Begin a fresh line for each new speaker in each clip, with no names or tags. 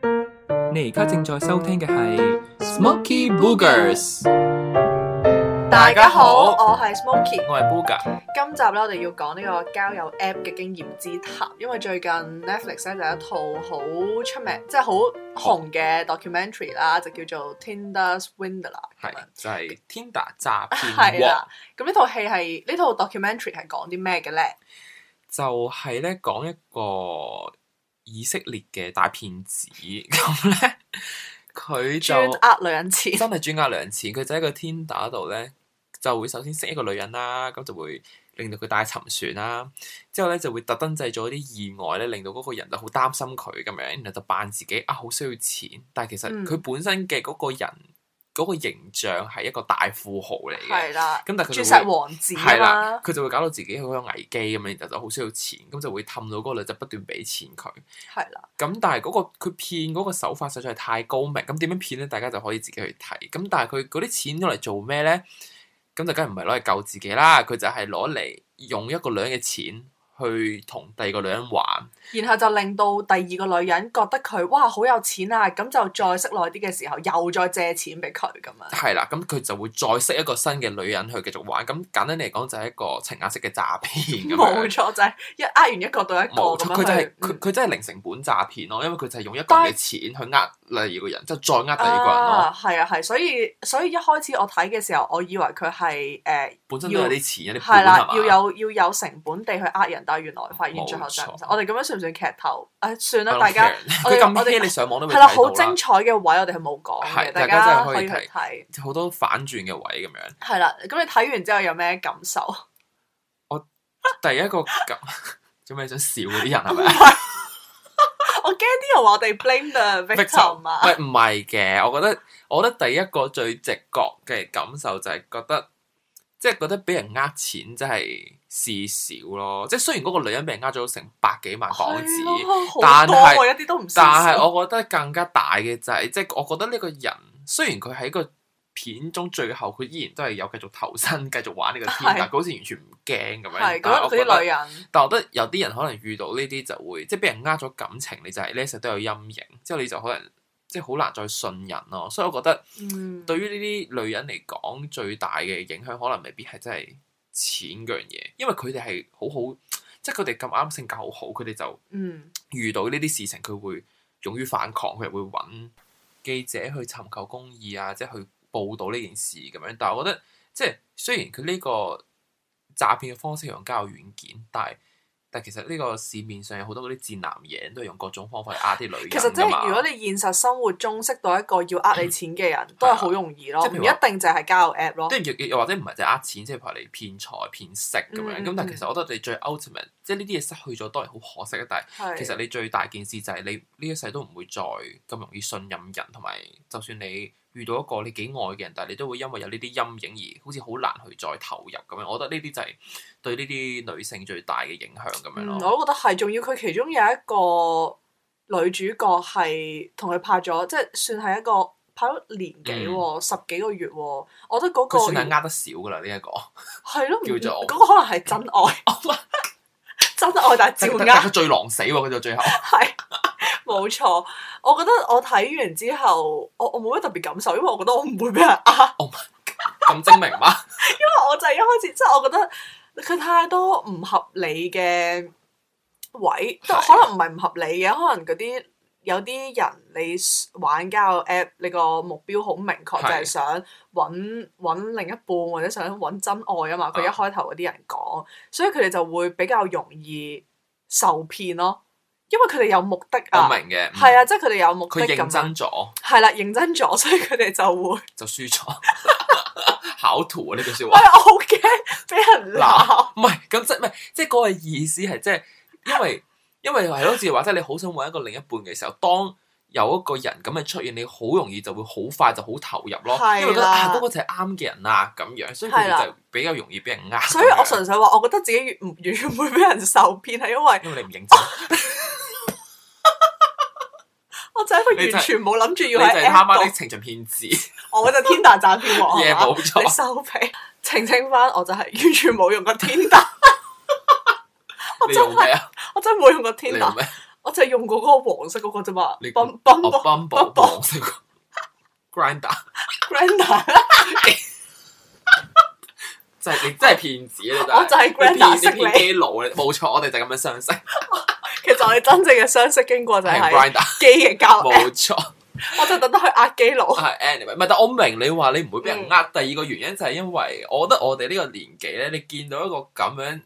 哋而家正在收聽嘅係 Smoky Boogers。
大家好，我係 Smoky。
我係 Booger。
今集咧，我哋要講呢個交友 App 嘅經驗之談，因為最近 Netflix 咧就有一套好出名，即係好紅嘅 documentary 啦，就叫做 Tinder Swindler 咁
係
樣。
就係 Tinder 詐騙
係
王
啦，，咁呢套戲係呢套 documentary 係講啲咩嘅咧？
就係咧講一個以色列嘅大騙子，咁咧佢
專
就
呃女人錢，
真係專呃兩錢，佢就喺個 Tinder 度咧就會首先識一個女人啦，咁就會令到佢帶沉船啦，之後咧就會特登製造一啲意外咧，令到嗰個人就好擔心佢咁樣，然後就扮自己啊好需要錢，但係其實
嗯
佢本身嘅嗰個人嗰、個形象係一個大富豪嚟嘅，
係啦，
咁但係佢就
鑽
會
石王子啊
係啦
嘛，，
佢就會搞到自己好有危機咁樣，然後就好需要錢，咁就會氹到嗰個女仔不斷俾錢佢。
係啦，
咁但係嗰、個佢騙嗰個手法實在係太高明，咁點樣騙咧？大家就可以自己去睇。咁但係佢嗰啲錢攞嚟做咩咧？咁就梗係唔係攞嚟救自己啦，佢就係攞嚟用一個女人嘅錢去同第二個女人玩。
然後就令到第二個女人覺得佢哇好有錢啊，咁就再識耐啲嘅時候又再借錢俾佢咁樣。
係啦，咁佢就會再識一個新嘅女人去繼續玩。咁簡單嚟講就係一個情壓式嘅詐騙咁
冇
樣。
錯，就係一呃完一個到一個
冇
咁
錯，
樣
佢就係
去
佢
嗯
佢真係零成本詐騙咯，因為佢就係用一個人嘅錢去呃第二個人，之後再呃第二個人咯。
啊，係啊係，所以所以一開始我睇嘅時候，我以為佢係誒
本身都有啲錢有啲
係
本
啦
係，
要
嘛？
有要有成本地去呃人，但係原來發現最後真係唔
冇
使
錯。
我哋咁樣算唔算劇透？誒，算
I
啦，
don't
大家
care
我
佢
哋
咁
我哋
啲，你上網都會
係啦，
睇
好
到
精
啦，
彩嘅位我哋係冇講
係
嘅，
大家
大家
真係
可
可以
以去
睇
睇。
好多反轉嘅位咁 樣。
係啦，咁你睇完之後有咩感受？
第一個感 做咩想笑嗰啲人係咪？
我驚啲人話我哋 blame the victim
唔
啊，
係唔係嘅，我覺得我覺得第一個最直覺嘅感受就係覺得，即係覺得俾人呃錢真係事少咯。即係雖然嗰個女人俾人呃咗成百幾萬港
係
紙。
咯好
但
多
係
喎，一啲都唔少
但
少。
係我覺得更加大嘅就係、即係我覺得呢個人雖然佢喺個片中最後佢依然都係有繼續投身、繼續玩呢個天，
係
但佢好似完全唔驚咁樣。但係
係嗰
我
嗰
覺
啲女
得，
人。
但我覺得有啲人可能遇到呢啲就會即係俾人呃咗感情，你就係呢成日都有陰影，之後你就可能即係好難再信人咯。所以我覺得
嗯，
對於呢啲女人嚟講，最大嘅影響可能未必係真係錢嗰樣嘢，因為佢哋係好好，即係佢哋咁啱性格好好，佢哋就。
嗯，
遇到呢啲事情，佢會勇於反抗，佢又會揾記者去尋求公義啊，即係去報導呢件事咁樣。但係我覺得，即係雖然佢呢個詐騙嘅方式係用交友軟件，但係但係其實呢個市面上有好多嗰啲賤男嘢都係用各種方法去呃啲女人
其實即
㗎嘛啊
係如果你現實生活中識到一個要呃你錢嘅人，都係好容易咯，
即係譬
唔
如
一
話
定就係交友 app 咯
即。係又或者唔係就係呃錢，即係譬如你騙財騙色咁樣。
嗯嗯
咁、但係
嗯
其實我覺得你最 ultimate，即係呢啲嘢失去咗，當然好可惜啊。但係
係
其實你最大件事就係你呢一世都唔會再咁容易信任人，同埋就算你遇到一個你幾愛嘅人，但係你都會因為有呢啲陰影而好似好難去再投入咁樣。我覺得呢啲就係對呢啲女性最大嘅影響咁樣
嗯，我
咯。
都覺得係，仲要佢其中有一個女主角係同佢拍咗，即係算係一個拍咗年幾喎，十幾個月喎。我覺得嗰個
嗯佢算係呃得少㗎啦，呢一個。
係咯，唔
叫做
嗰個可能 係真愛，真愛但係
但
照
但
呃
但佢最狼死喎，佢就最後。
係冇錯。我覺得我睇完之後，我我冇乜特別感受，因為我覺得我唔會俾人呃。
Oh my god！咁精明嗎？
我就係一開始，即係我覺得佢太多唔合理嘅位，都
係
可能唔係唔合理嘅，可能嗰啲有啲人你玩交友 app，你個目標好明確，
係
就係想揾揾另一半或者想揾真愛啊嘛。佢一
啊
開頭嗰啲人講，所以佢哋就會比較容易受騙咯，因為佢哋有目的
我
啊，
明嘅。嗯
係啊，，即係佢哋有目的
佢
咁
認
樣，
真咗
係啦，認真咗，所以佢哋就會，
就輸咗。 考圖啊！呢句説
喂，
話。
我好驚俾人鬧。
唔係咁即係唔係即係嗰個意思係即係因為 因為係好似話即係你好想揾一個另一半嘅時候，當有一個人咁嘅出現，你好容易就會好快就好投入咯，因為覺
係
得
啦
啊嗰、個就係啱嘅人啦咁樣，所以佢
係啦
哋就比較容易俾人呃咁樣。
所以我純粹話，我覺得自己越唔 完全唔會俾人受騙，係因為
因為你唔認真，
我就係一
你就係
個完全冇諗住
你就
要喺
係他媽
app
的
度，
情場騙子，
我就 Tinder 詐騙 王，
嘢
係嘛
冇錯
你收皮，澄清翻，我就係完全冇用過 Tinder，
你用咩啊？
我真係冇用過啊
你
Tinder，
用咩？
我我就係用過嗰個黃色嗰個啫嘛
你哦
，Bum
我
Bumble
Bumble 黃色 Grinder，
Grander，
真係你真係騙子啊！你真係
我就係 Grindr 識
你
你
騙你騙基佬啊冇錯，我哋就咁樣相識，
其實我哋真正嘅相識經過就
係
係
Grinder，
基嘅交
冇錯。
我就特登去呃基佬。
係 anyway，唔係，但我明你話你唔會俾
嗯
人呃。第二個原因就係因為我覺得我哋呢個年紀咧，你見到一個咁樣呢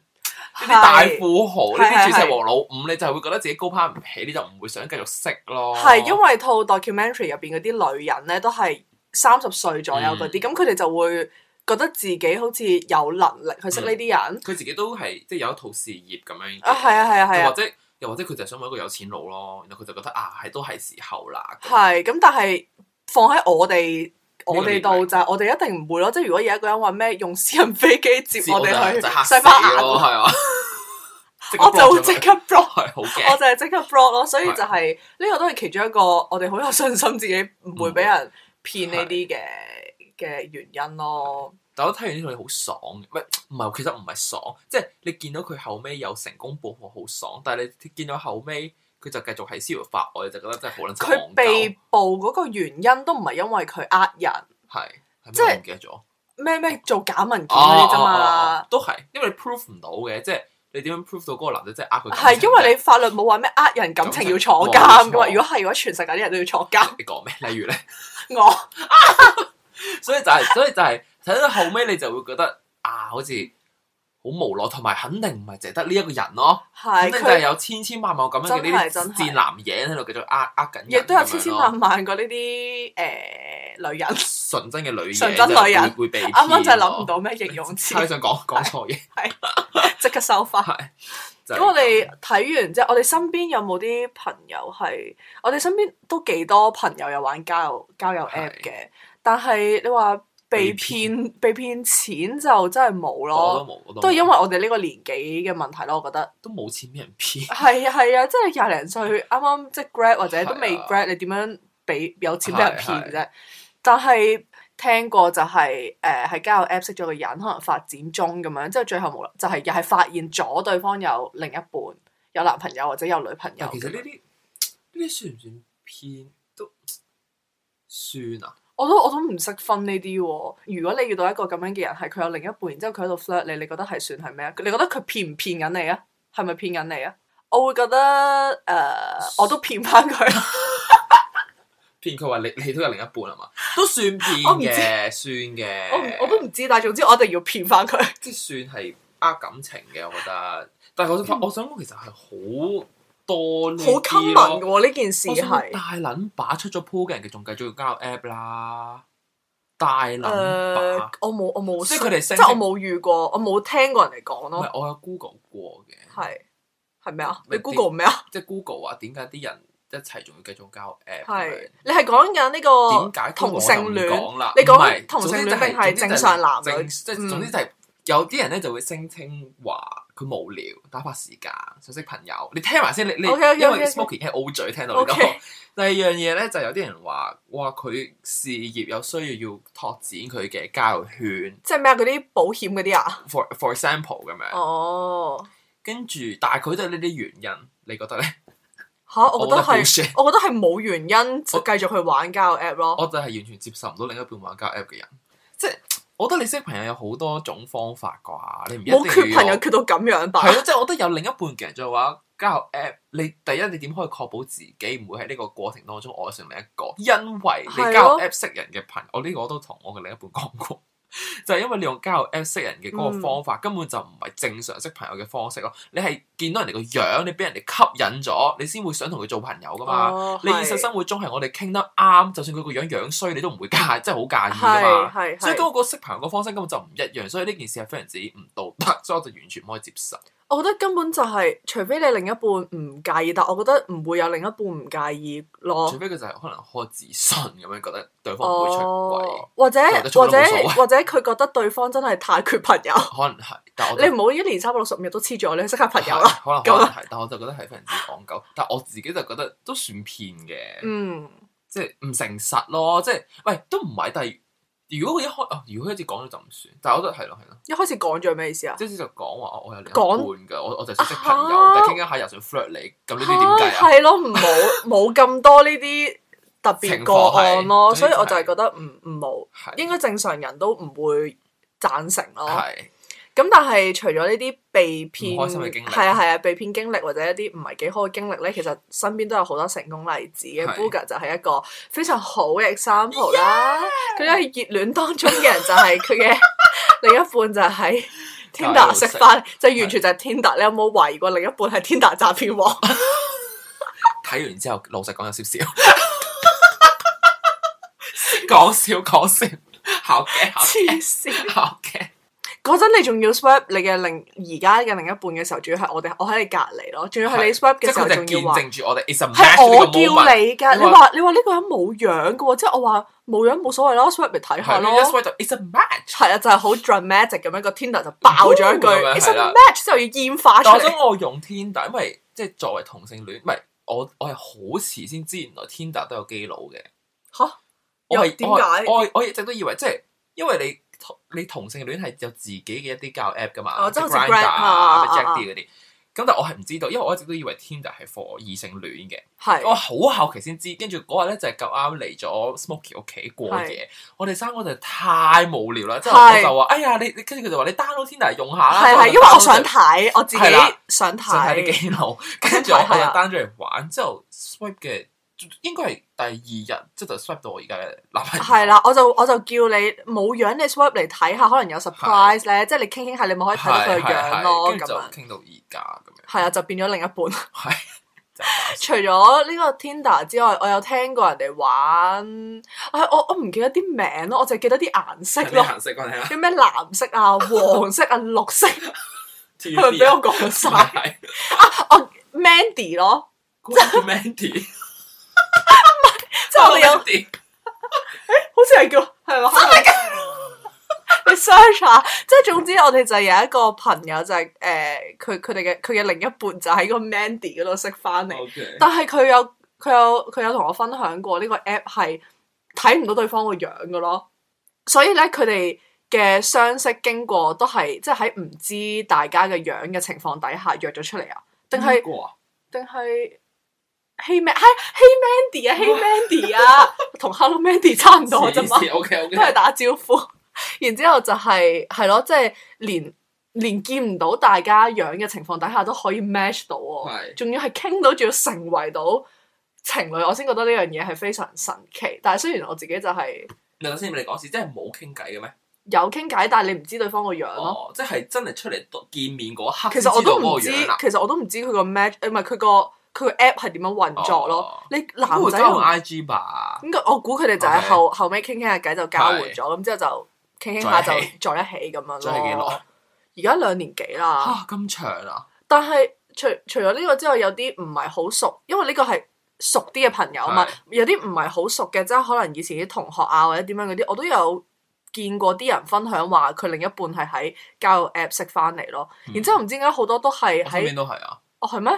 啲大富豪、呢
係
啲
係
鑽石王老五，你就係會覺得自己高攀唔起，你就唔會想繼續識咯。
係因為套 documentary 入邊嗰啲女人咧，都係三十歲左右嗰
嗯
啲，咁佢哋就會覺得自己好似有能力去識呢啲人。
佢自己都係即係有一套事業咁樣。
啊，係啊，係啊，係
又或
啊，
者又或者佢就係想揾一個有錢佬咯，然後佢就覺得啊，係都係時候啦。
係咁，但係放喺我哋。我哋
呢個年
度
齡
就係我哋一定唔會咯，即係如果有一個人話咩用私人飛機接
知
我哋
就
去
就嚇死
西班牙，
咯，係啊， 即刻
我
block
就會
咗佢
即刻 block
係好
我
驚。
就係即刻 block 咯，所以就係呢個都係其中一個我哋好有信心自己唔會
嗯
俾人騙呢啲嘅嘅原因咯。
但我睇完呢套戲好爽嘅，唔係唔係，其實唔係爽，即係你見到佢後尾有成功報復好爽，但係你見到後尾佢就繼續係逍遙法外，就覺得真係好撚死
佢
戇
被
鳩，
捕嗰個原因都唔係因為佢呃人，
係係
即
咩
係
我唔記得咗，哦
咩咩做假文件嗰
哦
啲啫嘛。
都係，因為你 prove 唔到嘅，即係你點樣 prove 到嗰個男仔真係呃佢感情啫？
係因為你法律冇話咩呃人感情要坐監噶嘛，
冇錯
如果係嘅話，全世界啲人都要坐監。
你講咩？例如咧，
我
所以就係、所以就係、睇到後尾你就會覺得啊，好似好無奈，同埋肯定唔係淨係得呢一個人咯，
係
肯定就係
佢
有千千萬萬咁樣嘅呢
真係
啲
真係
賤男嘢喺度繼續呃呃緊人
亦都有
咁樣
千千
咯
萬萬個呢啲誒女人，啱
純真嘅女嘢
純真女人
就會會被
啱就係
係
諗唔到咩形容詞
你，想講講錯嘢，
即刻收翻。
係就係
啊咁我哋睇完之後，我哋身邊有冇啲朋友係？我哋身邊都幾多朋友有玩交友交友 app 嘅，但係你話被
被
騙被騙錢就真係冇
我都
咯，
冇，我
都
冇
係因為我哋呢個年紀嘅問題咯，我覺得
都冇錢俾人 騙，
係啊係啊，即係廿零歲啱啱即係 grad 或者都未
係啊
grad，你點樣俾有錢俾人
係
騙啫？但係聽過就係誒喺交友 app 識咗個人，可能發展中咁樣，之後最後無啦，就係又係發現咗對方有另一半，有男朋友或者有女朋友
但其
咁
實呢
樣。
啲呢啲算唔算騙都算啊？
我都我都唔識分呢啲喎。如果你遇到一個咁樣嘅人，係佢有另一半，然之後佢喺度 flirt 你，你覺得係算係咩啊？你覺得佢騙唔騙緊你啊？係咪騙緊你啊？我會覺得誒、呃我都騙翻佢。
騙佢話你你都有另一半啊係嘛？都算
我
騙
唔知
嘅，算
我唔我
嘅，
都唔知，但係總之我哋要騙翻佢。
即係算係呃感情嘅，我覺得。但係我想發，我想講其實係好多呢
嗯好
啲
common 嘅
咯。
喎呢件事
我想講
係。
大撚把出咗鋪嘅人，佢仲繼續要交友 app 啦，大撚
誒、
把。
我冇我冇，
即係佢哋
即
聲稱
係我冇遇過，我冇聽過人哋講
唔係
咯，，
我有 Google 過嘅，
係係咩啊？
咩
你 Google 咩啊？
即係 Google 話點解啲人一齊仲要繼續交 app？
係你係講緊呢個
點解
哦同性戀？
講啦？
你講
唔係
同性
總
戀
之就
定係
總之就
正常男女
正即
嗯
係總之就係有啲人咧就會聲稱話佢無聊打發時間，想識朋友。你聽埋先，你你
OK，OK，OK，OK
因為 Smoky 係 O 嘴聽到你都。
OK
第二樣嘢咧就有啲人話哇佢事業有需要要拓展佢嘅交友圈
即係咩啊嗰啲保險嗰啲啊？
，for for example 咁樣。
哦，
跟住但係佢都係呢啲原因，你覺得咧？
吓，我覺
我覺
得
得
係
bullshit，
我覺得係冇原因就繼續去玩交友 app 咯。
我就係完全接受唔到另一半玩交友 app 嘅人，即係我覺得你識朋友有好多種方法啩，你唔一定
冇缺朋
要
友
有
缺到啊咁樣吧？
係咯，即係我覺得有另一半嘅人再玩交友 app，你第一你點可以確保自己唔會喺呢個過程當中愛上另一個？因為
係
你交友
咯
app 識人嘅朋友，我呢個我都同我嘅另一半講過。就係因為你用交友 app 識人嘅嗰個方
嗯
法，根本就唔係正常識朋友嘅方式咯。你係見到人哋個樣，你俾人哋吸引咗，你先會想同佢做朋友噶嘛。
哦
你現實生活中係我哋傾得啱，就算佢個樣樣衰，你都唔會介，真係好介意 噶
係
嘛。
係
所以
係。
嗰個識朋友嘅方式根本就唔一樣，所以呢件事係非常之唔道德，所以我就完全唔可以接受。
我覺得根本就係、除非你另一半唔介意，但我覺得唔會有另一半唔介意咯
除。非佢就係可能開自信咁樣覺得對方唔會出軌
哦，，或者
或者出
或
軌
者
都冇所謂
或者佢覺得對方真係太缺朋 友，
可能係，但我就
你唔好一年三百六十五日都黐住我，你識下朋友啦。
係可能
咁
可
啊
能係，但我就覺得係非常之戇 鳩。但我自己就覺得都算騙嘅，
嗯，
即係唔誠實咯，即係喂都唔係，但係如果佢一開，哦，如果佢一直講咗就唔算，但係我覺得係咯係咯，
一開始講咗咩意思啊？
即係就講話哦我有另一半
講
㗎，我我就想識朋友，
啊
但係傾一下又想 flirt 你，咁呢啲點計啊？
係咯，唔冇冇咁多呢啲特別個案咯，
情況係
所以我就係覺得唔唔冇，
係
應該正常人都唔會贊成咯。
係
咁但係除咗呢啲被騙，
唔開心嘅經歷
係啊係啊，被騙經歷或者一啲唔係幾好嘅經歷咧，其實身邊都有好多成功例子嘅。
係
Booger 就係一個非常好嘅 example 啦。佢喺熱戀當中嘅人就係佢嘅 另一半就係 Tinder 識翻，就完全就係 Tinder。你有冇懷疑過另一半係 Tinder 詐騙 王？
睇完之後，老實講有少少 講笑講笑，好嘅好
黐線！
嘅好嘅，
嗰陣你仲要 swipe 你嘅另而家嘅另一半嘅時候，仲要係我哋我喺你隔離咯，仲要係你
係
swipe
即
嘅
係
時候
佢就
仲
見
要話。
證住我哋 is a match
係我
呢
叫
個 moment。
你㗎，你
你話
話你話呢個人冇樣嘅喎，即係我話冇樣冇所謂啦，swipe 嚟睇下
係
咯
咯。，yes right is a match。
係啊，就係好 dramatic 咁樣個 Tinder 就爆咗一句
咁樣
It's
係
a
啦
match 之後要煙花出
但我
嚟，
想我用 Tinder，因為即係作為同性戀，唔係我我係好遲先知原來 Tinder 都有基佬嘅。
嚇
我係
又點
我係
解
我係我一直都以為即係因為你同你同性戀係有自己嘅一啲交友 app 噶嘛，
哦即係好似
Grindr
Grab 啊
咩 Jack
啊啊
D 嗰啲。咁但係我係唔知道，因為我一直都以為 Tinder 係 for 異性戀嘅。我
係
好後期先知，跟住嗰日咧就係夠啱嚟咗 Smoky 屋企過夜，我哋三個就太無聊啦，之後我
係
就話：哎呀，你你跟住佢就話你 download Tinder 用下啦，啊
係係，因為我想睇，我自己
係啦
想
就睇啲
睇，
基 佬，跟住我我就
係啊
down 咗嚟玩，之後 swipe 嘅應該係第二日，即係就 swipe 到我而家嘅男朋友，
係啦，我就我就叫你冇樣你 swipe 嚟睇下，可能有 surprise 咧，即係你傾傾下，你咪可以睇到
係，
佢
係
嘅樣
係
咯，
跟
咁
住就
樣
傾到而家咁樣，
係啊，就變咗另一半。
係就係
除咗呢個 Tinder 之外，我有聽過人哋玩，唉、我我唔記得啲名咯，我就記得啲顏色
咩
咯，
顏色講 你啊
啲咩藍色啊、黃色啊、綠色，
？TVB
係咪俾
啊
我講晒
係
？Mandy 咯，
嗰個叫 Mandy，
即係我哋 有
Mandy
好似係叫係嘛？ 你 search 下，即係總之我哋就有一個朋友就係誒佢佢哋嘅佢嘅另一半就喺個 Mandy 嗰度識翻嚟，
OK
但係佢有佢有佢有同我分享過呢個 app 係睇唔到對方個樣嘅咯，所以咧佢哋嘅相識經過都係即係喺唔知大家嘅樣嘅情況底下約咗出嚟啊？定係
邊個啊？
定係 Hey Man 係 Hey Mandy 啊 Hey Mandy 啊，同 Hello Mandy 差唔多啫嘛，
OK OK，
都係打招呼。 然之後就係係咯，即係連連見唔到大家樣嘅情況底下都可以 match 到喎。
係
仲要係傾到，仲要成為到情侶，我先覺得呢樣嘢係非常神奇。但係雖然我自己就係
你頭先咪你講事，即係冇傾偈嘅咩？
有傾偈，但係你唔知對方個樣咯。
哦，即係真係出嚟見面嗰一刻
嗯其
先
實我
道
都
嗰
唔
個
知，
樣啦。啊
其實我都唔知佢個 match，誒唔係佢個佢個 app 係點樣運作咯
哦。
你男
會
仔
交換
同
IG 吧，
應該我估佢哋就係
OK
後後尾傾傾下偈就交換咗，
係
咁之後就傾傾下就
再
在
一
一
起
起咁樣咯。
再係幾耐？
而家兩年幾啦，
啊，咁長啊！
但係除除咗呢個之外，有啲唔係好熟，因為呢個係熟啲嘅朋友嘛
係，
有啲唔係好熟嘅，即係可能以前啲同學啊或者點樣嗰啲，我都有見過啲人分享話佢另一半係喺交友 app 識翻嚟咯，
嗯
然之後唔知點解好多都係
我身邊
喺
都係啊，
哦係咩？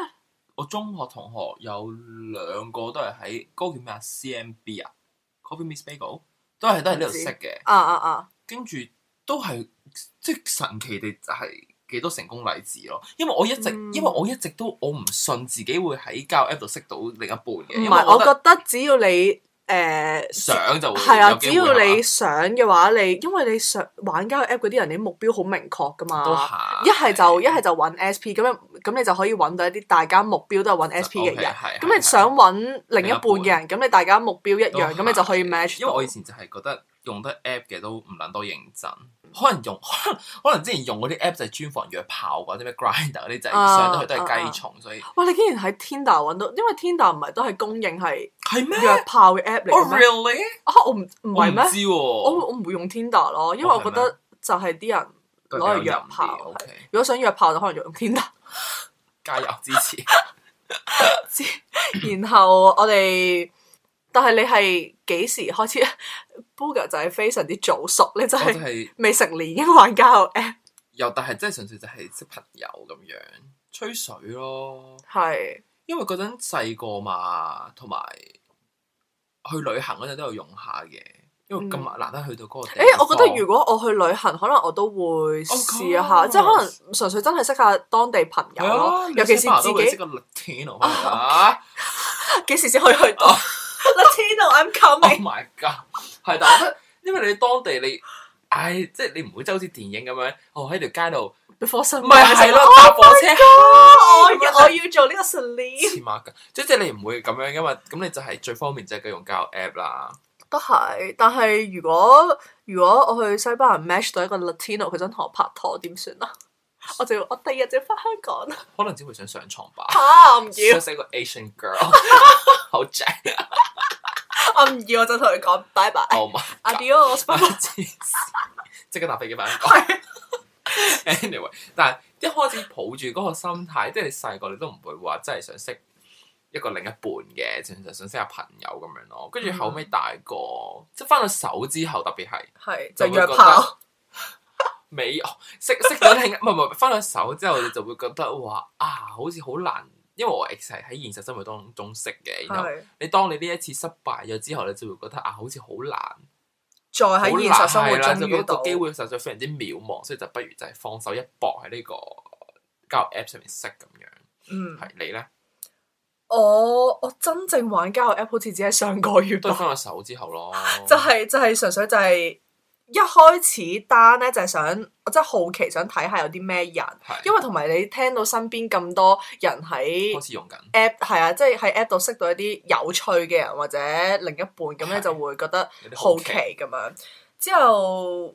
我中學同學有兩個都係喺嗰個叫咩啊？CMB 啊，Coffee Miss Bagel 都係都係呢度識嘅，
啊啊啊！
跟住都係即係神奇地就係幾多成功例子咯。因為我一直
嗯
因為我一直都我唔信自己會喺交友 App 度識到另一半嘅，
唔
因為
係，我
我覺得
覺得只要你誒。
想就會
係啊，
有機
只
會
要
係嘛
你想嘅話，你因為你想玩交友 app 嗰啲人，你目標好明確噶嘛。
都啊係
啊一係就一係就揾 SP 咁樣，咁你就可以揾到一啲大家目標都係揾 SP 嘅人。
係
咁你想揾另一半嘅人，咁你大家目標一
都
樣，咁你就可以 match
因為
到。
我以前就哦係覺得用得 app 嘅都唔撚多認真，可能用 可能可能之前用嗰啲 app 就係專防約炮或者咩 grinder 嗰啲就係
啊
上到去都係雞蟲，所以
哇！你竟然喺 Tinder 揾到，因為 Tinder 唔係都係公認係
係咩？
約炮嘅 app 嚟
哦
嘅咩？
really？
啊，我唔唔
我唔
係咩？
知
我
喎，
我唔會用 Tinder 咯，因為我覺
哦係
得就係啲人
都
攞
係
嚟
比較
約
淫
炮
啲 OK，
如果想約炮就可能用 Tinder。
加油支持。
然後我哋，但係你係幾時開始 ？Booger 就係非常之早熟，你就
我就
係
係
未成年已經玩交友 app，
又，但係真係純粹就係識朋友咁樣吹水咯。
係
因為嗰陣細個嘛，同埋去旅行嗰陣都有用下嘅。因為
嗯
咁難得去到嗰個地
誒，我覺得如
方
果我去旅行，可能我都會
Of
試一下，即係可能純粹真係識下當地朋友
啊係啊
咯，，尤其是自
你識
己
個 Latino 啊
幾時先可以去
哦
到 Latino，I'm
！Oh
coming。
my god！係，但係我覺得因為你當地你。唉，即係你唔會即係好似電影咁樣，哦喺條街度，
Before s u
唔係係咯，搭火車，
我
咁樣
要我要做呢個 Celine，
黐孖筋，即係即係你唔會咁樣噶嘛，咁你就係最方便就係佢用交友 app 啦。
都係。但係如果如果我去西班牙 match 到一個 Latino，佢想同我拍拖，點算 啊？我就要我第二日就要翻香港啦。
可能只會想上床吧。
嚇！唔要
想，識個 Asian girl，好正啊！
我啊唔要，我就同佢講拜拜
我唔係
，adios，拜 拜。
黐線 Oh 即刻搭飛機翻香港。
係
Anyway，但係一開始抱住嗰個心態，即係你細個你都唔會話真係想識一個另一半嘅，淨係想識下朋友咁樣咯。跟住後尾大個，即係翻到手之後，特別係
係
就
就
會
約
覺得
炮。
美哦識識咗另一 唔係唔係翻到手之後，你就會覺得哇啊，好似好難，因為我 ex 係喺現實生活當中識嘅，然後。
係。
你當你呢一次失敗咗之後，你就會覺得啊，好似好難，
再
好
喺現實生活
難係啦
中
就
遇
覺得啊
到
個。機會實在非常之渺茫，所以就不如就係放手一搏喺呢個交友 App 上面識咁樣。
嗯，
係你咧，
我我真正玩交友 app 好似只係上個月
都係
吧，
分咗手之後咯，
嗯 就係、就係、純粹就係、一開始單咧就係、想，我真係好奇想睇下有啲咩人，
係
因為同埋你聽到身邊咁多人喺
開始用緊。
app 係啊，即係喺 app 度識到一啲有趣嘅人或者另一半，咁咧
係
就會覺得
有啲好
好
奇
奇咁樣。之後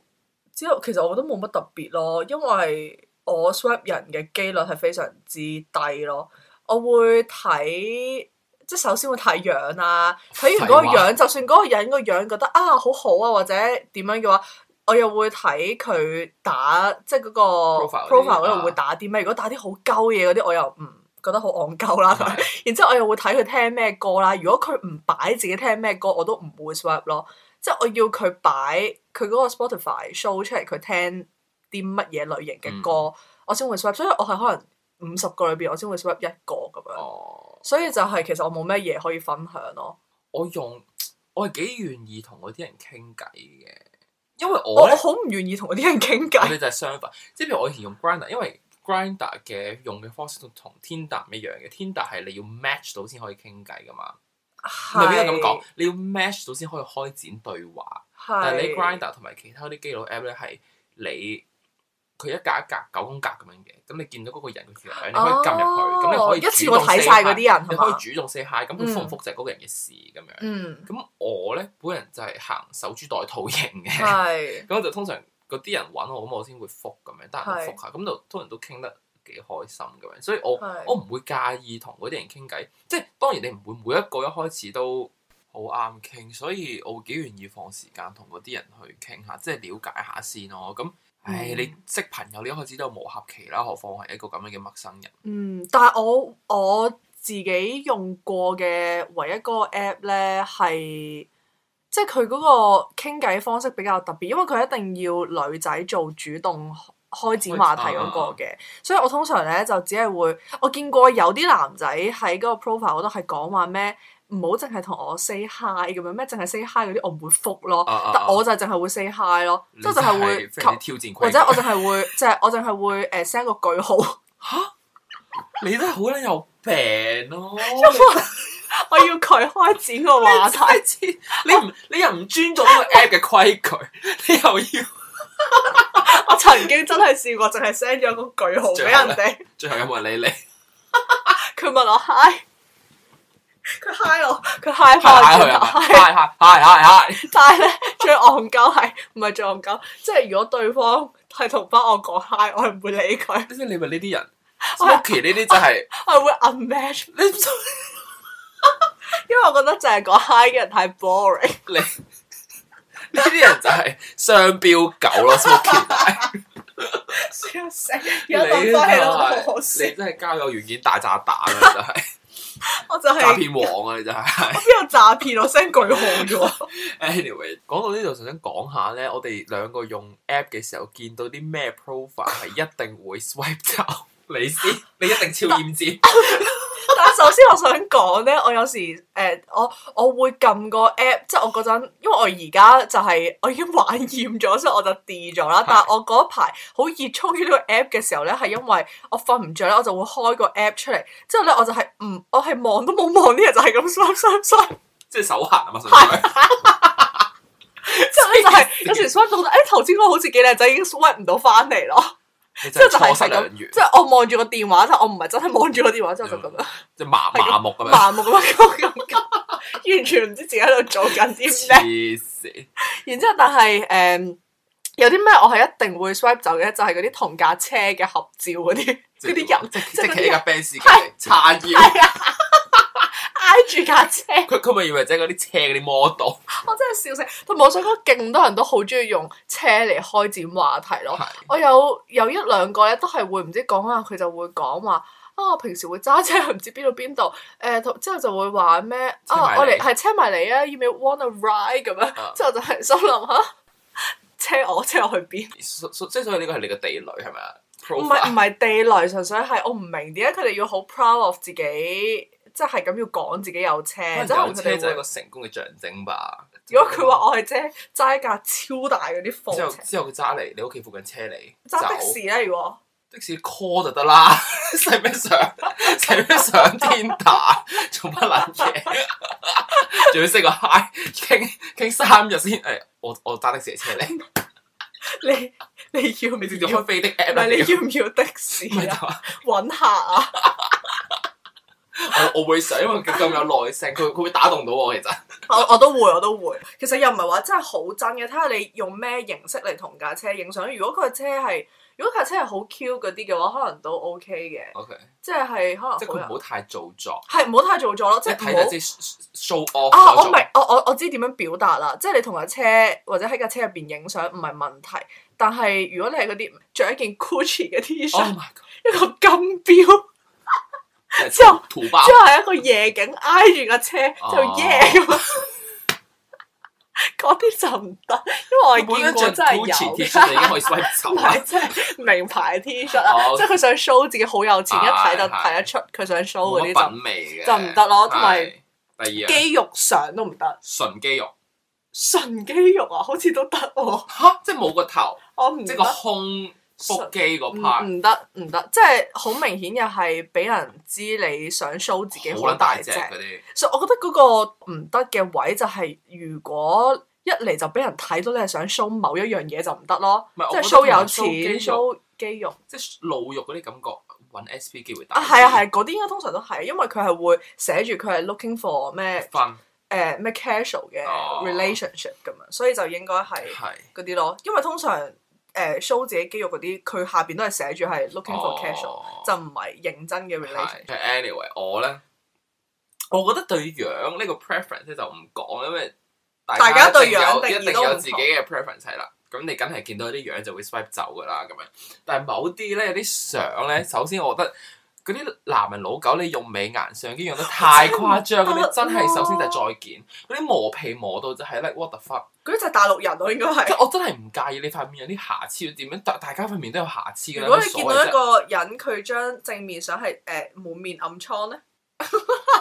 之後其實我覺得冇乜特別咯，因為我 swipe 人嘅機率係非常之低咯。我會睇。即係首先會睇樣啊，睇完嗰個
廢話
樣，就算嗰個人個樣覺得啊好好啊，或者點樣嘅話，我又會睇佢打即係嗰個
Profile 嗰啲
profile 嗰
啊
度會打啲咩？如果打啲好鳩嘢嗰啲，我又唔覺得好戇鳩啦。
係
然之後我又會睇佢聽咩歌啦。如果佢唔擺自己聽咩歌，我都唔會 swipe 咯。即係我要佢擺佢嗰個 Spotify show 出嚟，佢聽啲乜嘢類型
嗯
嘅歌，我先會 swipe。所以我係可能五十個裏邊，我先會 swipe 一個咁樣。
哦，
所以就係其實我冇咩嘢可以分享咯。
我用我係幾願意同嗰啲人傾偈嘅，因為
我
我
我
咧
好唔願意同嗰啲人傾
我
偈。
哋就係相反，即係譬如我以前用 Grinder，因為 Grinder 嘅用嘅方式都同 Tinder 唔一樣嘅，Tinder 係你要 match 到先可以傾偈噶嘛。唔係邊個咁講？你要 match 到先可以開展對話。但係你 Grinder 同埋其他啲基佬 app 咧，係你佢一格一格九宮格咁樣嘅，咁你見到嗰個人嘅條樣，你可以撳入去，咁、
哦
你可以
一次過
主動
睇
say
晒嗰
hi，
啲人
你
係
可以
嘛？
主動 say hi，咁佢
嗯
覆唔覆就係嗰個人嘅事咁樣。
嗯，
咁、我咧本人就係行守株待兔型嘅，
係
咁我就通常嗰啲人揾我，咁我先會覆咁樣，得閒就
係
覆下，咁就通常都傾得幾開心咁樣，所以我。我
係
唔會介意同嗰啲人傾偈，即係當然你唔會每一個一開始都好啱傾，所以我會幾願意放時間同嗰啲人去傾下，即係了解下先咯。咁，唉，
嗯
你識朋友你一開始都有磨合期啦，何況係一個咁樣嘅陌生人。
嗯，但係我我自己用過嘅唯一嗰個 app 咧係。即係佢嗰個傾偈方式比較特別，因為佢一定要女仔做主動開展話題嗰
啊
個嘅，所以我通常咧就只係會，我見過有啲男仔喺嗰個 profile 嗰度係講話咩，唔好淨係同我 say hi 咁樣，咩淨係 say hi 嗰啲我唔會覆咯，
啊啊
但
啊
我就淨係會 say hi 咯，
你
即係就係會
非常之
及
挑戰規
或者我
矩
淨係會即係我淨係會誒 send 個句號，
你真係好撚有病咯！
我要佢開展個話 題。
太黐，你唔你又唔尊重呢 個 app 嘅規矩，你又要
我曾經真係試過，淨係 send 咗個句號俾人哋。
最後有冇人理你？
佢問我 hi，佢 hi 我，佢 hi
嗨
翻
嗨佢係
我轉頭
咪？嗨嗨嗨嗨嗨！
但係咧最戇鳩係唔係最戇鳩？即係如果對方係同翻我講 hi，我係唔會理佢，
即係你咪呢啲人
我係
，Smoky 呢啲就係
我係會 unmatch，
你唔
因為我覺得就係講 hi 嘅人太 boring。
你呢啲人就係雙標狗咯，Smoky
笑死！
你
而家諗翻起都好好笑
你，真係交友軟件大炸彈啊！你真係
我就
詐
係
騙王啊！你真係。
邊有詐騙我 send 句號啫喎。
Anyway，講到呢度，就想講下咧，我哋兩個用 app 嘅時候見到啲咩 profile 係一定會 swipe 走。你先，你一定超厭尖。
但係首先我想講咧，我有時誒、呃我我會撳個 app，即係我嗰陣，因為我而家就係、我已經玩厭咗，所以我就 delete 咗啦
係。
但係我嗰排好熱衷於呢個 app 嘅時候咧，係因為我瞓唔着咧，我就會開個 app 出嚟，之後咧我就係唔，我係望都冇望啲人就係咁 swipe swipe swipe，
即係手痕啊嘛，純粹
之後咧就係有時 swipe 到，誒頭先嗰個好似幾靚仔，已經 swipe 唔到翻嚟咯。
你
之後
真係
就係
錯失
係
良
咁，
緣
即，係我望住個電話，但我唔係真係望住個電話，之後就咁樣。
即係麻
係咁
麻木咁樣。
麻木咁樣咁咁， 完全唔知自己喺度做緊啲咩。
黐線，
然之後，但係誒、嗯有啲咩我係一定會 swipe 走嘅，就係嗰啲同架車嘅合照嗰啲嗰啲人，
即係啊
即
即
係
係企
嗰啲
喺
人
架 Benz 嘅叉腰，
係啊，挨住架車，
佢佢咪以為即係嗰啲車嗰啲 model
我真係笑死。同埋我想講，勁多人都好中意用車嚟開展話題咯。
係
我有有一兩個咧，都係會唔知講啊下佢就會講話啊，我平時會揸車去唔知邊度邊度，誒同之後就會話咩
車埋
啊，
你
我嚟係車埋你啊，要唔要 want a ride 咁
啊
樣？之後就係心諗吓，車我車我去邊？
所所即係所以呢個係你嘅地雷係咪啊？
唔係
profile
唔係地雷，純粹係我唔明點解佢哋要好 proud of 自己，即係咁要講自己有車，
可能
即係
有
佢
車
哋
就係一個
會。
成功嘅象徵吧。
如果佢話我係揸揸架超大嗰啲貨
之後
車，
之後佢揸嚟你屋企附近車你
揸的
走
士咧，如果
的士 call 就得啦， 使咩上 使咩上天打， 做乜撚嘢？ 仲要識個 hi，傾傾三日先。誒、哎我我揸的士嚟車 你，
你你要唔
你直接
要
開？飛的
唔
app 啦。
係你
屌
要唔要的士
唔係就
啊？
話
揾下 啊！
我我會想，因為佢咁有耐性，佢佢會打動到我其實。
我我都會，我都會。其實又唔係話真係好真嘅，睇下你用咩形式嚟同架車影相。如果佢架車係，如果架車係好 Q 嗰啲嘅話，可能都 OK 嘅，
OK，
即係係可能
即係佢唔
哦好
好太做作，
係唔好太做作咯，即
即係
係
睇
唔好
就。即係 show off
啊！
嗰
我
種
明，我我我知點樣表達啦，即係你同架車或者喺架車入邊影相唔係問題，但係如果你係嗰啲着一件 Gucci 嘅 T
Oh
恤，
my god！
一個金錶，
即係
之後
土包
之後係一個夜景挨住架車就
哦
耶咁樣，嗰啲就唔得，因為我係見過真係有
T
嘅
恤，你已經可以 swipe 走
唔
啦
係。即係名牌 T 恤啦
哦，
即係佢想 show 自己好有錢，一睇就
係係
睇得出佢想 show 嗰
冇乜
啲
品味嘅，
就唔得咯同埋
係第
就
二啊，
肌肉相都唔得，
純肌肉
純肌肉啊，好似都得喎，
嚇，即係冇個頭，
我唔嗯
即係
得
個，胸腹肌嗰
唔
part
唔得唔得，即係好明顯又係俾人知你想 show 自己
好
好
撚大
大隻
隻。嗰啲，
所以我覺得嗰個唔得嘅位就係，如果一嚟就俾人睇到你係想 show 某一樣嘢就唔得咯，
唔係
即
我覺得
係 show 有
同埋 show
錢
肌肉
show 肌肉
即係露肉嗰啲感覺，揾 SP 機會大
啊，係啊係啊，嗰啲應該通常都係，因為佢係會寫住佢係 looking for 咩
分
誒咩 casual 嘅
哦
relationship 咁樣，所以就應該係
係
嗰啲咯，因為通常誒 show 自己肌肉嗰啲，佢下邊都係寫住係 looking for casual，
哦
就唔係認真嘅 relationship。
係。anyway，我咧，我覺得對樣呢個 preference 咧就唔講，因為
大家對
一定有
樣定義
一定
都唔
有
同
自己嘅 preference 係啦。咁你梗係見到啲樣就會 swipe 走噶啦咁樣。但係某啲咧有啲相咧，首先我覺得。嗰啲男人老狗，你用美顏相機用得太誇張，嗰啲真係首先就係再見，嗰啲磨皮磨到就係 like what the fuck，
嗰啲就係大陸人咯，應該係
即。係我真係唔介意你塊面有啲瑕疵點樣，大大家塊面都有瑕疵㗎啦。
如果你
乜所
見
謂
到
啫
一個人佢將正面相係誒滿面暗 瘡咧，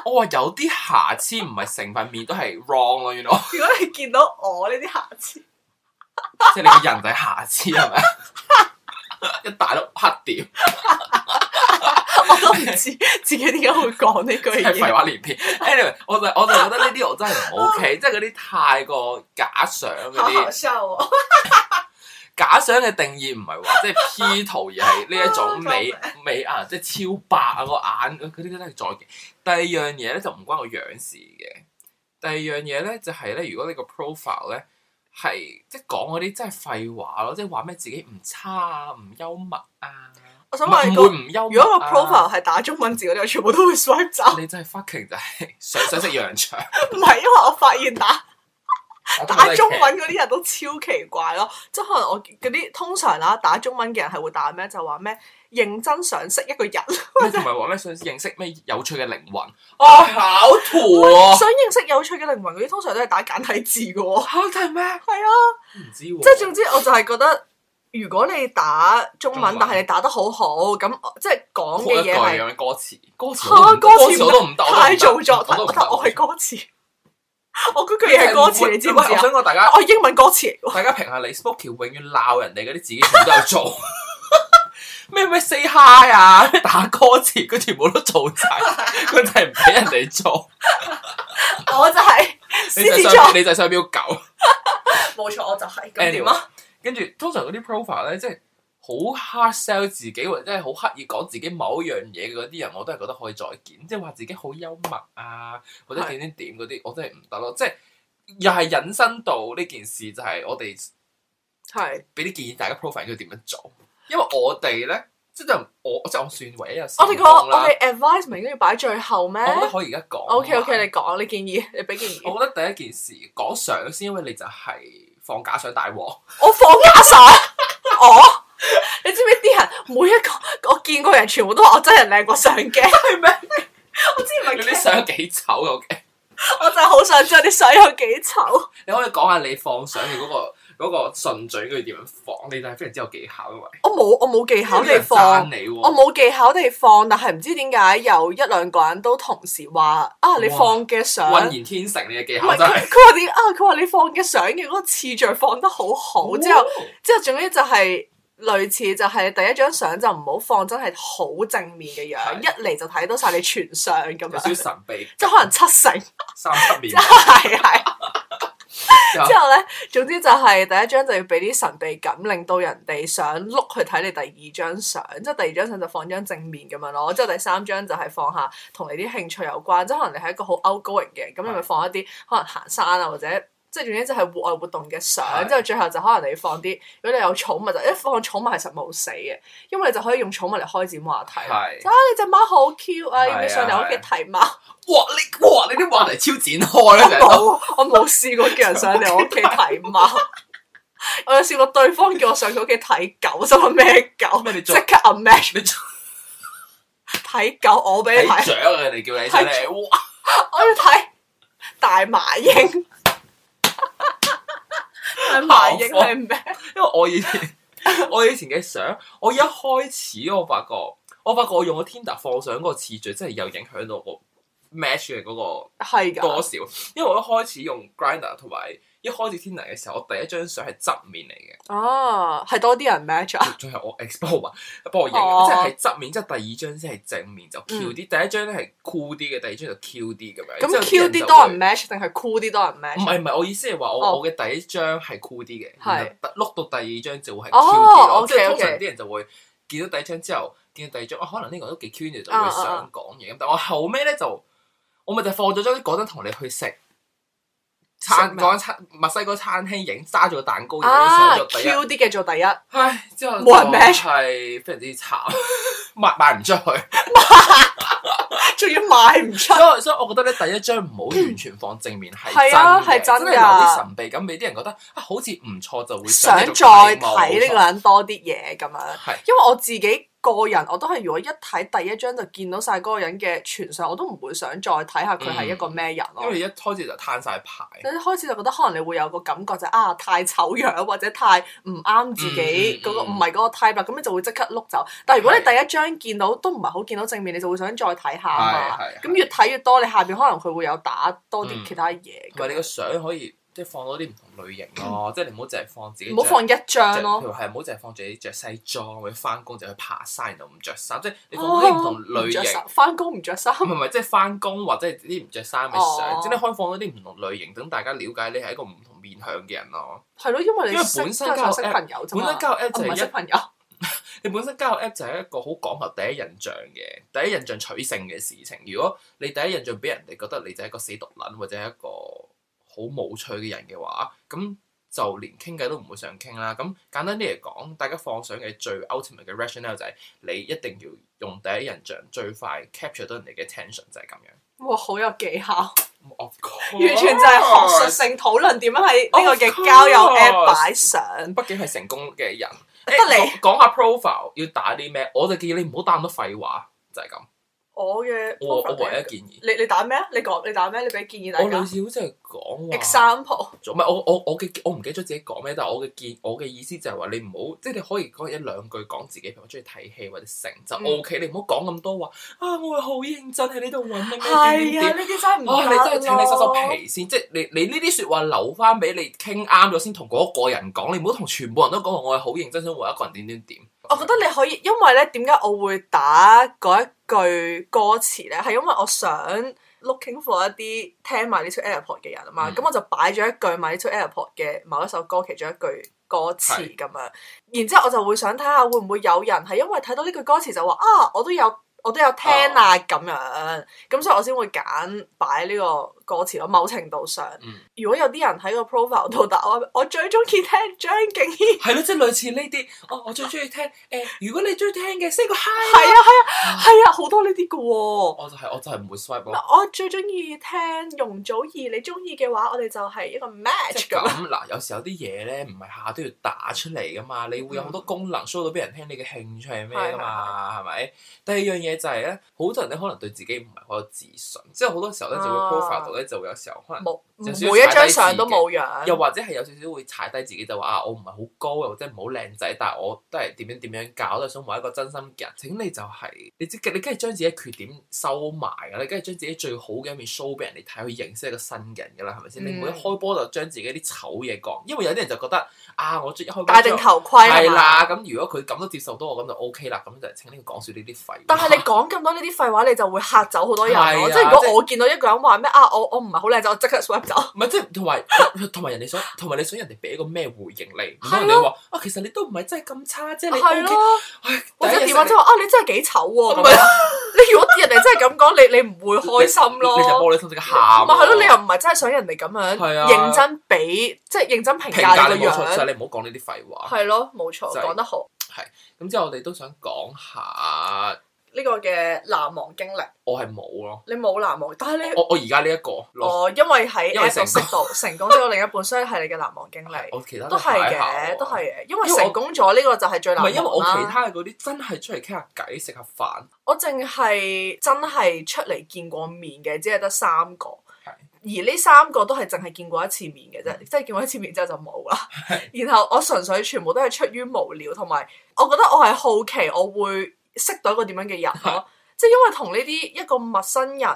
我話有啲瑕疵唔係成塊面都係 wrong 咯，原來
如果你見到我呢啲瑕疵，
即係你個人就係瑕疵係咪？ 一大粒黑點，
我都唔知 自己點解會講呢句
即係廢
嘢。
話連篇。anyway，我就我就覺得呢啲我真係唔 OK，即係嗰啲太過假想嗰
好好
啲
笑哦！
假想嘅定義唔係 話即係 P 圖而係呢一種美
救
美顏，即係超白啊個眼嗰啲真係再嘅。第二樣嘢咧就唔關個樣事嘅。第二樣嘢咧就係咧，如果你個 profile 咧係即係講嗰啲真係廢話咯，即係話咩自己唔差啊、唔幽默啊。
我想
唔
問
係
個，
會唔幽默啊
如果個 profile 係打中文字嗰啲，我全部都會 swipe 走。
你真係 fucking 就係想想食羊 腸，
唔係因為我發現打打中文啊
我
嗰啲人都超奇怪咯，即係可能我嗰啲通常啦，打中文嘅人係會打咩？就話咩認真想識一個人，
都覺得你奇，咩同埋話咩想認識咩有趣嘅靈魂
哦
啊，考圖啊，
想認識有趣嘅靈魂嗰啲，通常都係打簡體字嘅喎。
考題咩？
係啊。
唔知喎，
即係總之，我就係覺得如果你打中文，
中文
但係你打得好好，咁即係講
括
嘅
一句
嘢係
咁樣歌詞，歌詞我
嚇
都
歌
唔
詞
我都唔得，我都唔得
太做作，
我
但
都唔
但
得
我係歌詞，我嗰句嘢係歌詞，你知唔知
我
啊
想？講大家，
我係英文歌詞嚟喎，
大家評下你 Spooky 永遠鬧人哋嗰啲自己全部都有 做，咩咩 say hi 啊， 打歌詞佢全部都做晒，佢就係唔俾人哋做。
我就係
你就係
獅 子座，
想你就係想標狗。
冇錯，我就係咁點啊？
跟住通常嗰啲 profile 咧，即係好 hard sell 自己，或者係好刻意講自己某一樣嘢嘅嗰啲人，我都係覺得可以再見，即係話自己好幽默啊，或者點
係
點點嗰啲，我真係唔得咯。即係又係引申到呢件事，就係我哋
係
俾啲建議大家 profile 應該點樣做，因為我哋咧，即係我即係我算唯一有成
我
功
哋個我
啦。
哋 advice 咪應該要擺最後咩
我覺得可以而家講。啊
？OK OK，你講，你建議，你俾建議。
我覺得第一件事講相先，因為你就係放假上大鑊。
我放假相，我你知唔知啲人每一個我見過人全部都話我真人靚過相嘅，係咩？我之前
你
咪
啲
驚，
相幾醜嘅，OK？
我真係好想知道啲相有幾醜。
你可以講下你放相嘅嗰個嗰個順序應該點樣放？你就係非常之有技巧，因為
我冇我冇技巧
有啲
地
人
放
讚，你
我
喎。
冇技巧地放，但係唔知點解有一兩個人都同時話啊，你
哇
放嘅相。
渾然天成，你嘅技
唔
巧
係
真
佢
係。
佢話點啊？佢話你放嘅相嘅嗰個次序放得好好，之後之後總之就係、類似就係第一張相就唔好放真係好正面嘅樣，
係
一嚟就睇到晒你全相 咁
有
樣，
少少
即
神秘，
係可能七成，
三七面
真 係係。
之後
之後咧，總之就係第一張就要俾啲神秘感，令到人哋想碌去睇你第二張相，即係第二張相就放張正面咁樣咯。之後第三張就係放下同你啲興趣有關，即係可能你係一個好 outgoing 嘅，咁你咪
係
放一啲可能行山啊或者。即係總之就係戶外活動嘅相，
係
之後最後就可能你放啲，如果你有寵物就一放寵物其實冇死嘅，因為你就可以用寵物嚟開展話題。
係
就啊，你隻貓好 Q 啊，要唔要上嚟我屋企睇貓？
哇！你哇！你啲話題超展開
我
咧，成日都
冇，我冇試過叫人上嚟我屋企睇貓。我有試過對方叫我上佢屋企睇狗，心諗咩狗？
咩你
即
做
刻 unmatch
你做
睇狗，我俾
睇
你睇，
獎啊！人哋叫你上嚟，哇！
我要睇大麻鷹。大麻鷹係咩？
因為我以前 我以前嘅相，我一開始我發覺，我發覺我用個 Tinder 放相嗰個次序，真係有影響到我 match 嘅嗰個。
係
多
㗎，
少，因為我一開始用 Grinder 同埋一開始 Tinder 嘅時候，我第一張相係側面嚟嘅，
哦，係多啲人 match 啊。
最後我 expose 啊，幫我影，
哦嗯
即係係側面，即係第二張先係正面就 Q 啲，第一張咧係 cool 啲嘅，第二張就 Q 啲咁樣。
咁
之後
Q
人就
啲多
會
人 match 定係 cool 啲多人
唔
match？啊
係唔係，我意思係話我、
哦
我嘅第一張係酷啲嘅，
係
然後碌到第二張就會係 Q
哦啊
啲咯。即係
OK，OK
通常啲人就會見到第一張之後，見到第二張，啊可能呢個都幾 Q 嘅，就會
啊啊
想講嘢。咁但我後尾咧就我咪就放咗張嗰陣同你去食餐
食咩
嗰間餐墨西哥餐廳影揸住個蛋糕影咗
啊
相咗第一，
，Q 啲嘅做第一，
唉之後
冇人 match
係非常之慘， 賣賣唔出去。
仲要賣唔 出。
所以所以，我覺得咧，第一張唔好完全放正面係
係啊係真㗎
真係留啲神秘感俾啲人覺得啊，好似唔錯就會
想
繼
再
續
睇呢個
冇錯
人多啲嘢咁樣。
係
因為我自己個人，我都係如果一睇第一張就見到晒嗰個人嘅全相，我都唔會想再睇下佢係一個咩人咯。
因為一開始就攤晒牌，
你一開始就覺得可能你會有個感覺就係啊太醜樣或者太唔啱自己
嗯嗯
嗰、個
嗯
唔係嗰個 type 啦，咁你就會即刻碌走。但係如果你第
係
一張見到都唔係好見到正面，你就會想再睇下啊嘛
係係。係
咁越睇越多，你下邊可能佢會有打多
嗯
啲其他嘢
同埋你
咁。
個相可以即係放多啲唔同類型 咯，即係你唔好淨係放自己
唔好放一
着
張
譬
咯。
如係唔好淨係放自己着西裝或者翻工就去爬山然後唔着衫，即係你放多啲唔同類
哦唔着
型
衫。翻工唔着衫。
唔係唔係，即係翻工或者係啲唔着衫嘅
哦
相，即係你開放多啲唔同類型，等大家了解你係一個唔同面向嘅人咯。
係咯，因為你
因為
識
本身
都係
交友
識
app-
朋友啫
本
嘛，
身交友 app
我
就
唔
係
係
一
識朋友，
你本身交友 app 就係一個好講求第一印象嘅，第一印象取勝嘅事情。如果你第一印象俾人哋覺得你就係一個死毒撚或者係一個好冇趣嘅人嘅話，咁就連傾偈都唔會想傾啦。咁簡單啲嚟講，大家放相嘅最 ultimate 嘅 rationale 就係你一定要用第一印象最快 capture 到人哋嘅 attention 就係咁樣。
哇，好有技巧，完
Of course，
全就係學術性討論點樣喺呢個嘅交友 app
Of course
擺相，
畢竟係成功嘅人。
得你
誒講講下 profile 要打啲咩，我就建議你唔好打咁多廢話，就係咁。
我嘅
我我
profile
唯一
嘅
建議，
你你打咩啊？你講你打咩？你俾建議大
我類
家。
似好似係講話。
example
做咩？我我我嘅我唔記得咗自己講咩，但係我嘅建我嘅意思就係話你唔好，即係你可以講一兩句講自己，譬如我中意睇戲或者成就
嗯
O K，你唔好講咁多話啊！我會好認真喺呢度揾咩咩
係
點
啊，
點點。
呢啲真係唔
哇！你真係
得
請你收收
咯
皮先，即係你你呢啲説話留翻俾你傾啱咗先同嗰個人講，你唔好同全部人都講話我係好認真想為一個人點點點。
我覺得你可以，因為咧點解我會打嗰一句歌詞咧，係因為我想 looking for 一啲聽 My Little Airport 嘅人啊嘛，
嗯
咁、我就擺咗一句 My Little Airport 嘅某一首歌其中一句歌詞
係
咁樣，然之後我就會想睇下會唔會有人係因為睇到呢句歌詞就話啊，我都有。我都有聽啊，咁樣，咁所以我先會揀擺呢個歌詞咯。某程度上，
嗯
如果有啲人喺個 profile 度打我，我最中意聽張敬 軒，
係咯，即係類似呢啲。哦，我最中意聽誒、如果你中意聽嘅 say 個 hi
係
啦。
啊係啊係啊，好多呢啲嘅喎。
我就係、我就係唔會 swipe 咯。
我最中意聽容祖兒，你中意嘅話，我哋就係一個
即
match
係
咁。
咁嗱，有時有啲嘢咧，唔係下下都要打出嚟噶嘛，你會有好多功能 show 到俾人聽，你嘅興趣係咩噶嘛，係咪？第二樣嘢就係咧，好多人咧可能對自己唔係好有自信，即係好多時候咧就會
啊
profile 度咧就會有時候可能
冇
就少
每一張相都冇
又
樣，
或者係有少少會踩低自己，就話啊，我唔係好高，又或者唔好靚仔，但係我都係點樣點樣搞，都係想揾一個真心嘅人。請你就係、你知你梗係將自己嘅缺點收埋㗎，你梗係將自己最好嘅一面 show 俾人哋睇，去認識一個新嘅人㗎啦，係咪先？你唔會一
嗯
開波就將自己啲醜嘢講，因為有啲人就覺得啊，我一開波
戴定
將
頭盔
係
係嘛
啦，。咁如果佢咁都接受到我，咁就 OK 啦。咁就請你講少呢啲廢話。
但係你講咁多呢啲廢話，你就會嚇走好多人
係
咯。
啊
即係如
即
果我見到一個人話咩啊，我我唔係好靚仔，我即刻 swipe 走。
唔係即係同埋 同埋人哋想同埋你想人哋俾一個咩回應你？唔通
係咯
人哋話啊，其實你都唔係真係咁差啫，你
啊係
OK
咯，
唉
或者
第一日
點啊？
食
即係話啊，你真係幾醜喎
唔
咁
係啊
樣。你如果人哋真係咁講，你你唔會開心
你就
咯。
玻璃心即刻喊。
咪係咯，你又唔係真係想人哋咁樣
係啊
認真俾，即係認真評
評
價
價
你
你
個
冇錯，所
樣。
以你唔好講呢啲廢話。
係咯，冇錯，
就係
講得好。
咁之後我哋都想講下，
呢個嘅難忘經歷，
我係冇咯，
你冇難忘，但係你
我我而家呢一個咯，
哦，因為喺
因為
App
成
度識到成功咗另一半，所以係你嘅難忘經歷，
我其他
都係
係下
嘅，
喎
都。係啊嘅，因為
因為我
成功咗呢個就係最
唔
難
係
忘
因為我其
啦。
他嘅嗰啲真係出嚟傾下偈、食下飯，
我淨係真係出嚟見過面嘅，只係得三個。
係
而呢三個都係淨係見過一次面嘅啫，即係見過一次面之後就冇啦。 然後我純粹全部都係出於無聊，同埋我覺得我係好奇，我會識到一個點樣嘅人咯。 即係因為同呢啲一個陌生人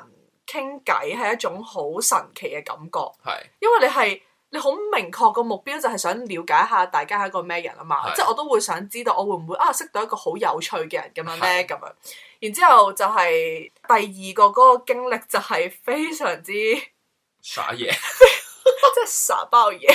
傾偈係一種好神奇嘅感覺，
係
因為你係你好明確個目標就係想了解下大家係一個咩人啊嘛。
係
即係我都會想知道我會唔會啊識到一個好有趣嘅人咁樣咧
係
咁樣。然之後就係第二個嗰個經歷就係非常之。
耍 嘢。
即係傻包嘢。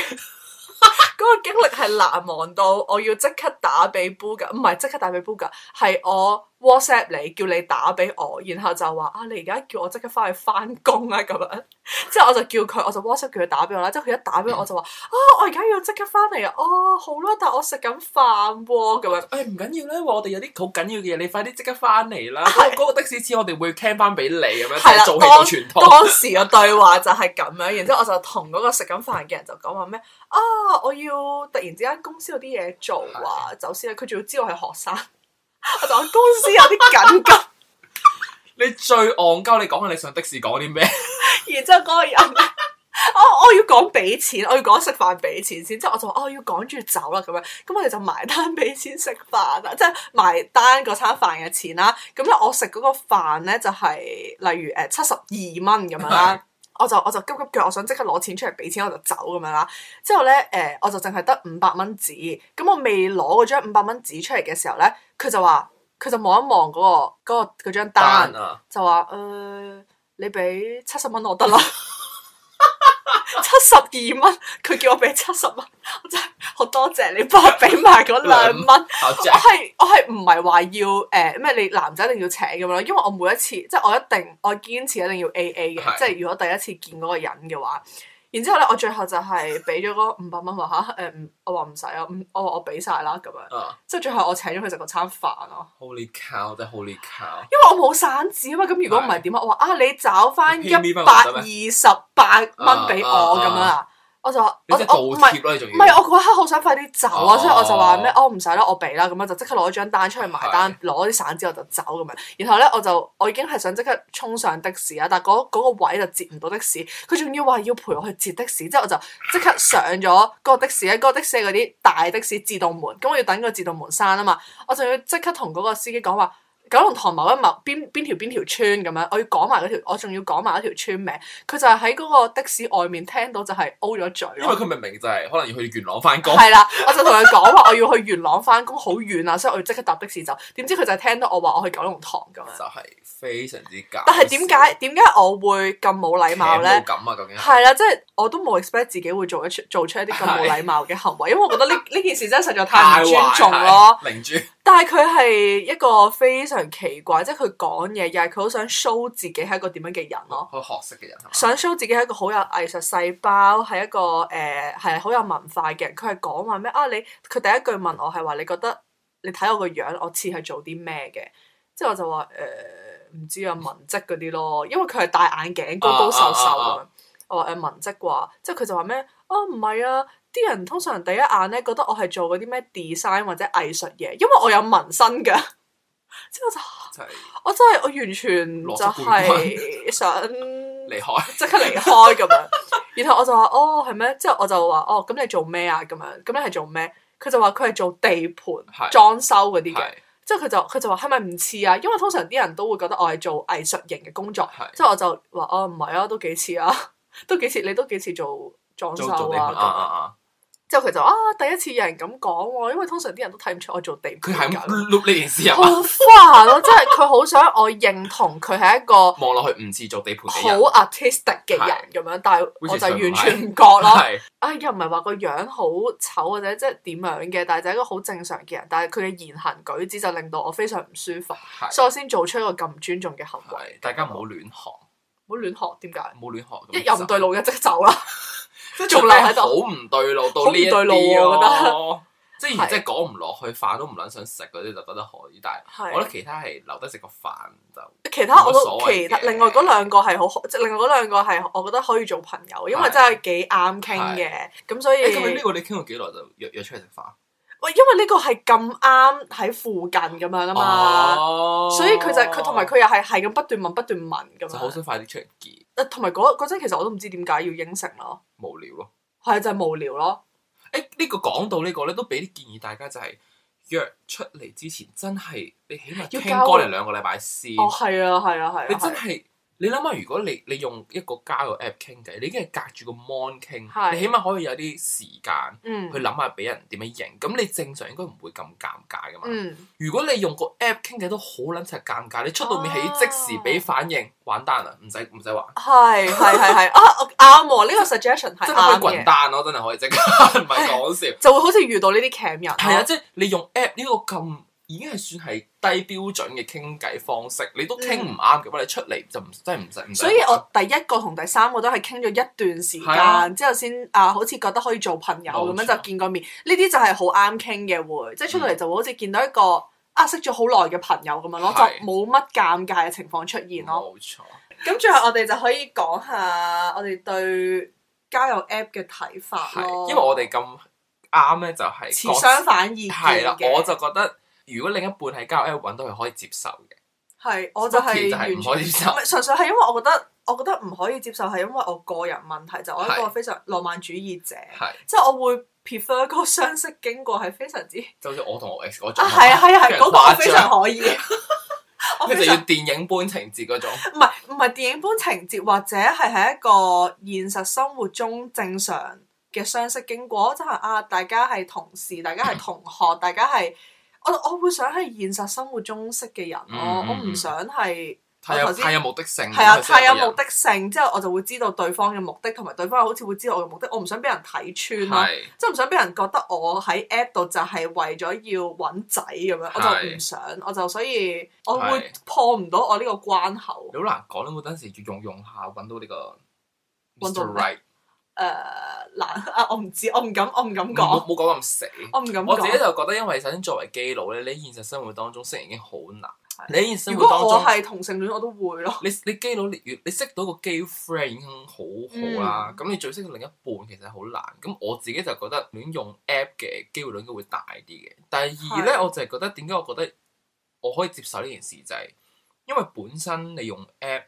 嗰個經歷係難忘到，我要即刻打俾 Booga，唔係即刻打俾 Booga，係我 WhatsApp 你，叫你打俾我，然後就話啊，你而家叫我即刻翻去翻工啊咁樣。 之後我就叫佢，我就 WhatsApp 叫佢打俾我啦。之後佢一打俾我，我就話啊，我而家要即刻翻嚟啊。哦，好啦，但我食緊飯喎咁樣。
誒唔緊要咧，我哋有啲好緊要嘅嘢，你快啲即刻翻嚟啦。嗰嗰個的士錢我哋會 can 翻俾你咁樣，
係啦
就做起到全套。
當時嘅對話就係咁樣，然之後我就同嗰個食緊飯嘅人就講話咩啊，我要突然之間公司有啲嘢做啊，走先啦。佢仲要知道我係學生， 我就話公司有啲緊急，
你最戇鳩，你講下你上的士講啲咩？
然之後嗰個人。哦我我要講俾錢，我要講食飯俾錢先，之後我就話哦我要趕住走啦咁樣，咁我哋就埋單俾錢食飯啦，即係埋單嗰餐飯嘅錢啦。咁咧我食嗰個飯咧就係、例如呃誒七十二蚊咁樣啦，我就我就急急腳，我想即刻攞錢出嚟俾錢，我就走咁樣啦。之後咧誒、我就淨係得五百蚊紙，咁我未攞嗰張五百蚊紙出嚟嘅時候咧，佢就話佢就望一望嗰、個嗰、個嗰張 單。
啊！
就話誒、呃你俾七十蚊我得啦，七十二蚊，佢叫我俾七十蚊，我真係好多謝你幫我俾埋嗰兩
兩
蚊。
好
我係我係唔係話要呃誒咩、你男仔一定要請咁樣咯，因為我每一次即係我一定我堅持一定要 A A 嘅，
係
即係如果第一次見嗰個人嘅話。然之後咧，我最後就係俾咗嗰五百蚊話吓誒，唔我話唔使啊，唔我話我俾晒啦咁樣，
啊
即係最後我請咗佢食嗰餐飯咯。
！Holy cow！真係 Holy cow！
因為我冇散紙啊嘛，咁如果唔係點啊？我話啊，你找翻一
你
百
PayMe
二十八蚊俾我咁樣啊，我就話
你
我
即係
我唔
道
係
歉啦，你仲
唔
要
係我嗰刻好想快啲走啊，
哦
所以我就話咩哦唔使啦，我俾啦，咁樣就即刻攞張單出去埋單，攞啲散紙我就走咁樣。然後咧我就我已經係想即刻衝上的士啊，但嗰嗰個位就截唔到的士，佢仲要話要陪我去截的士，之後我就即刻上咗嗰個的士咧，嗰、個的士係嗰啲大的士自動門，咁我要等個自動門閂啊嘛，我就要即刻同嗰個司機講話。九龍塘某一某邊邊條邊條村咁樣，我要講埋嗰條，我仲要講埋嗰條村名。佢就係喺嗰個的士外面聽到就係 O 咗嘴
因
咯。
為佢明明就係可能要去元朗翻工，
係啦，我就同佢講話我要去元朗翻工，好遠啊，所以我要即刻搭的士走。點知佢就係聽到我話我去九龍塘咁樣。
就係非常之假。
但係點解點解我會咁冇禮貌咧？
咁啊，究竟係
係啦，即係我都冇 expect 自己會做一出做出一啲咁冇禮貌嘅行為，因為我覺得呢呢件事真係實在太唔尊重咯。，
係靈珠
但係佢係一個非常奇怪，即係佢講嘢又係佢好想 show 自己係一個點樣嘅人咯。
好學識嘅人係嘛？
想 show 自己係一個好有藝術細胞，係一個誒係好有文化嘅人。佢係講話咩啊？你佢第一句問我係話你覺得你睇我個樣，我似係做啲咩嘅？之後我就話誒唔知啊，文職嗰啲咯，因為佢係戴眼鏡，高高瘦瘦
啊
咁樣。我話誒呃文職啩，之後佢就話咩啊唔係啊，啲人通常第一眼咧覺得我係做嗰啲咩 design 或者藝術嘢，因為我有紋身㗎。之後我就
就係
我真係我完全
攞
就
咗冠
係想。
離開
即刻離開咁樣。然後我就話哦係咩？之後我就話哦咁你做咩啊？咁樣咁你係做咩？佢就話佢係做地盤
係
裝修嗰啲嘅。
係
之後佢就佢就話係咪唔似啊？因為通常啲人都會覺得我係做藝術型嘅工作。
係
之後我就話哦唔係啊，都幾似啊， 都幾似你都幾似做裝修
做做地
啊
盤啊啊
咁樣。
啊！
之後佢就啊第一次有人咁講喎，因為通常啲人都睇唔出我做地
佢
盤
係
㗎。
咁 loop 呢件事係
好
嘛？
煩咯！即係佢好想我認同佢係一個
望落去唔似做地盤嘅人，
好啊 artistic 嘅人咁樣，但係
Which
我
is
就
佢唔
完全唔覺咯。
係
啊，又唔係話個樣好醜或者即係點樣嘅，但係就係一個好正常嘅人，但係佢嘅言行舉止就令到我非常唔舒服，
係
所以我先做出一個咁唔尊重嘅行
係
為。
大家唔好亂學，
唔好亂學，點解？
唔好亂學。
一又唔對，路嘅即走啦，
即係
仲
仲
留喺度
好唔對路
好
到
唔
呢一
對路
啲
喎我覺得
咯。即係如果
係
真係講唔落去，飯都唔撚想食嗰啲就覺得可以，但係嗯我覺得
係。
其他係留得食個飯就。
其他我
冇
都
乜所謂嘅
其他另外嗰兩個係好好，即係另外嗰兩個係我覺得可以做朋友，因為
係
真係幾啱傾嘅。咁所以，
誒咁你呢個你傾過幾耐就約約出嚟食飯？
喂，因為呢個係咁啱喺附近咁樣啊嘛。
哦
所以佢就佢同埋佢又係係咁不斷問不斷問咁
就好
樣，
想快啲出嚟見，
誒同埋嗰嗰陣其實我都唔知點解要應承咯，
無聊咯。
係啊就係無聊咯，
誒呢、個講到呢、個咧，都俾啲建議大家就係、約出嚟之前，真係你起碼
要
傾
交
過嚟兩個禮拜先。
哦係啊係啊係啊，
你真
係啊
係你諗下，如果你你用一個交友 app 傾偈，你已經係隔住個 mon 傾，
係
你起碼可以有啲時間
嗯
去諗下俾人點樣應。咁你正常應該唔會咁尷尬噶嘛。
嗯
如果你用個 app 傾偈都好撚柒尷尬，你出到面係
啊
要即時俾反應，玩單啦，唔使唔使玩。
係係 係係啊我啱喎，呢個 suggestion 係啊
真係
啱
可以滾
嘅，
單咯，真係可以即刻， 唔係講笑。
就會好似遇到呢啲 cam 人咯，
係啊，即係你用 app 呢個咁已經係算係低標準嘅傾偈方式，你都傾唔啱嘅話，你出嚟就唔真係唔使唔使
嗯所以我第一個同第三個都係傾咗一段時
係啊
間之後先啊，好似覺得可以做朋友
冇
咁
錯
樣就見個面，呢啲就係好啱傾嘅會，即係出到嚟
嗯
就會好似見到一個啊識咗好耐嘅朋友咁樣咯，就
係
冇乜尷尬嘅情況出現
冇
咯。
錯，
咁最後我哋就可以講下我哋對交友 App 嘅睇法
係
咯。
因為我哋咁啱咧，就係
持相反意見
係啦，
嘅
我就覺得如果另一半喺交友 app 揾到佢可以接受嘅，
係我就
Spotty
係
就
完全
係唔可以接受
唔係純粹係因為我覺得我覺得唔可以接受係因為我個人問題，就我一個
係
非常浪漫主義者，
係
即係我會 prefer 嗰個相識經過係非常之
就好似我同我 ex 嗰
啊
種，
係啊係啊
非
係
常
嗰個我
誇
非
張
常可 以，我
佢就
非
要
常
電影般情節 嗰種，
唔係唔係電影般情節，或者係喺一個現實生活中正常嘅相識經過，即係啊，大家係同事，大家係同學，大家係我我會想係現實生活中識嘅人咯，
嗯嗯嗯
我唔想係
太有
我頭先
太有目的性，
係啊
佢先
太有
一個人
目的性，之後我就會知道對方嘅目的，同埋對方好似會知道我嘅目的，我唔想俾人睇穿咯。
係
即係唔想俾人覺得我喺 app 度就係為咗要揾仔咁樣，我就唔
係
想，我就所以我會
係
破唔到我呢個關口。
你好難講啦，嗰陣時要用用下揾到呢個
揾到
Mr. Right。
難啊！我唔知，我唔敢，我唔敢
冇
講，
冇講咁死。
我唔敢
我自己就
講。
覺得，因為首先作為基佬咧，你喺現實生活當中識人已經好難。你喺現實生
如
活
果
當
我
中，
係同性戀，我都會咯。
你你基佬你越你識到個基 friend 已經好好啦。咁、你最識到另一半其實好難。咁我自己就覺得亂用 app 嘅機會率應該會大啲嘅。第二咧，
係
我就係覺得點解我覺得我可以接受呢件事就係、因為本身你用 app，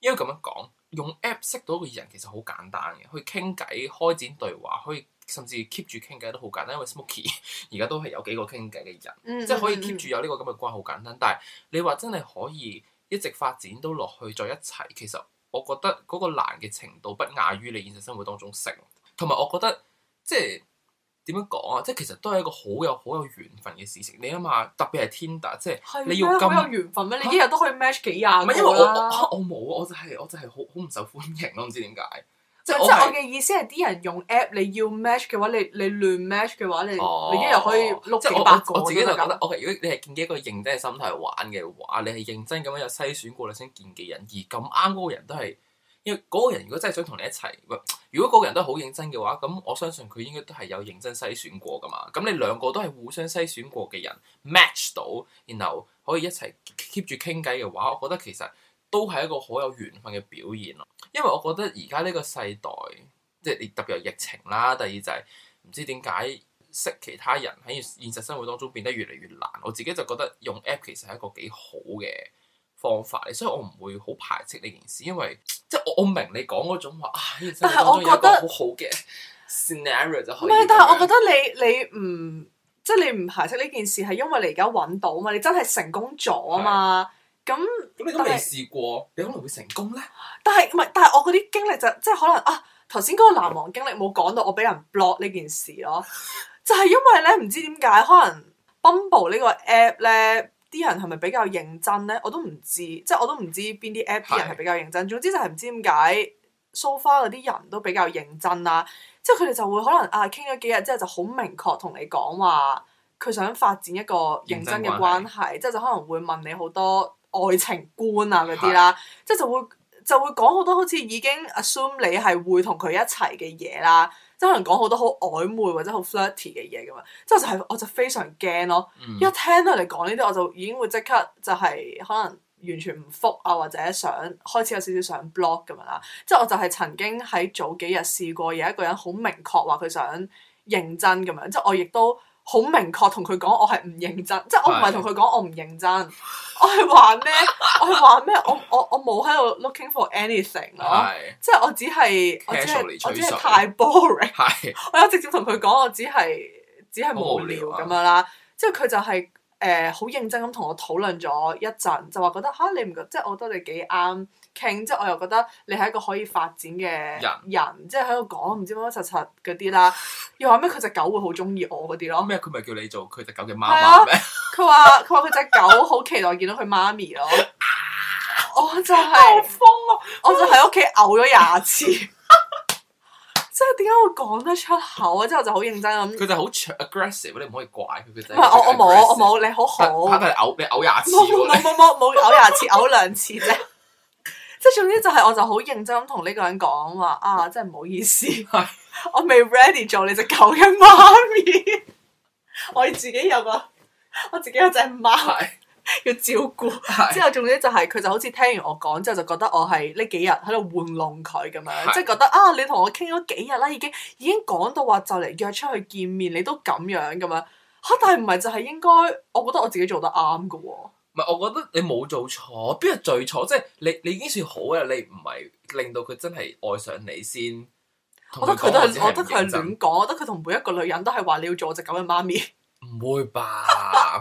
因為咁樣講，用 app 識到嘅人其實好簡單嘅，去傾偈、開展對話，可以甚至 keep 住傾偈都好簡單，因為 Smoky 而家都係有幾個傾偈嘅人。
嗯
即係可以
嗯
keep
嗯
住有呢個咁嘅關係好簡單。但係你話真係可以一直發展到落去再一齊，其實我覺得嗰個難嘅程度不亞於你現實生活當中識，同埋我覺得即係點樣講啊？即係其實都係一個好有好有緣分嘅事情。你諗下，特別係 Tinder，即係
係
你要
咩
咁
好有緣分咩？你一日都可以 match 幾廿
唔
個
係因為我我
啦。
啊我冇，我就係、我就係好好唔受歡迎咯，唔知點解。
即
即係
係
我
我
係
嘅意思係啲人用 app，你要 match 嘅話，你你亂 match 嘅話，你
哦
你一日可以碌
即係我
幾百個
我我自己就
都
覺
㗎
得，OK，如果你係見嘅一個認真嘅心態玩嘅話，你係認真咁樣有篩選過你先見嘅人，而咁啱嗰個人都係，因為嗰個人如果真係想同你一齊，唔係如果嗰個人都係好認真嘅話，咁我相信佢應該都係有認真篩選過噶嘛。咁你兩個都係互相篩選過嘅人 match 到，然後可以一齊 keep 住傾偈嘅話，我覺得其實都係一個好有緣分嘅表現咯。因為我覺得而家呢個世代，即係特別係疫情啦，第二就係唔知點解。識其他人喺現實生活當中變得越嚟越難。我自己就覺得用 app 其實係一個幾好嘅方法嚟，所以我唔會好排斥呢件事，因為即係我我明你講嗰種話啊，現實生活當中有一個
但係
好好嘅 scenario 就可
唔
以咁樣。
係，但係我覺得你你唔即係你唔排斥呢件事，係因為你而家揾到嘛，你真係成功咗啊嘛。咁
咁你都未
但係
試過，你可能會成功咧。
但係唔係？但係我嗰啲經歷就即係可能啊，頭先嗰個難忘經歷冇講到我俾人 block 呢件事咯，就係因為咧唔知點解，可能 Bumble 呢個 app 咧。啲人係咪比較認真咧？我都唔知，即係我都唔知邊啲 app 啲人
係
係比較認真。總之就係唔知點解 so far 嗰啲人都比較認真啦。即係佢哋就會可能啊，傾咗幾日之後就好明確同你講話，佢想發展一個認真嘅關係，即係就可能會問你好多愛情觀啊嗰啲啦，即係就會就會講好多好似已經 assume 你係會同佢一齊嘅嘢啦，即係可能講好多好曖昧或者好 flirty 嘅嘢咁樣，之後就係我就非常驚咯。
嗯
一聽到你講呢啲，我就已經會即刻就係可能完全唔覆啊，或者想開始有少少想 block 咁樣啦。即係我就係曾經喺早幾日試過有一個人好明確話佢想認真咁樣，即係我亦都好明確同佢講我係唔認真，即係我唔係同佢講我唔認真，我係話咩？我係話咩？我我我冇喺度 looking for anything 咯，
嗯係
即係我只係我只
Casually
係我只
吹水
係太 boring。
係
我有直接同佢講，我只係只係
好無
無聊
聊啊
咁樣啦。之後佢就係誒好認真咁同我討論咗一陣，就話覺得吓你唔覺，即係我覺得你幾啱傾，即係我又覺得你係一個可以發展嘅人，即係喺度講唔知乜乜柒柒嗰啲啦。又話咩佢只狗會好中意我嗰啲咯。
咩？佢咪叫你做佢只狗嘅媽
係啊
媽咩？
佢話佢話佢只狗好期待見到佢媽咪 咯。我就係、
瘋啊！
我就喺屋企嘔咗廿次， 即係點解會講得出口啊？之後就好認真咁
佢就好 aggressive，你唔可以怪佢。佢就
唔係我我冇我冇，你好好，
但
冇
但係你嘔你嘔廿次
冇
喎
冇
你。
冇冇冇嘔廿次， 嘔兩次啫。即係總之就係我就好認真咁同呢個人講話啊，真係唔好意思
嗯 係，
我未 ready 做你只狗嘅媽咪， 我自己有個我自己有隻貓
係
要照顧。
係
之後總之就係佢就好似聽完我講之後就覺得我係呢幾日喺度玩弄佢咁樣，
係
即係覺得啊你同我傾咗幾日啦，已經已經講到話就嚟約出去見面，你都咁樣咁樣嚇，但係唔係就係應該？我覺得我自己做得啱嘅喎。
唔係，我覺得你冇做錯，邊係最錯？即係你你已經算好嘅，你唔係令到佢真係愛上你先。
我覺得佢都係，我覺
覺
得佢係亂講，我覺得佢同每一個女人都係話你要做我只咁嘅媽咪。
唔會吧？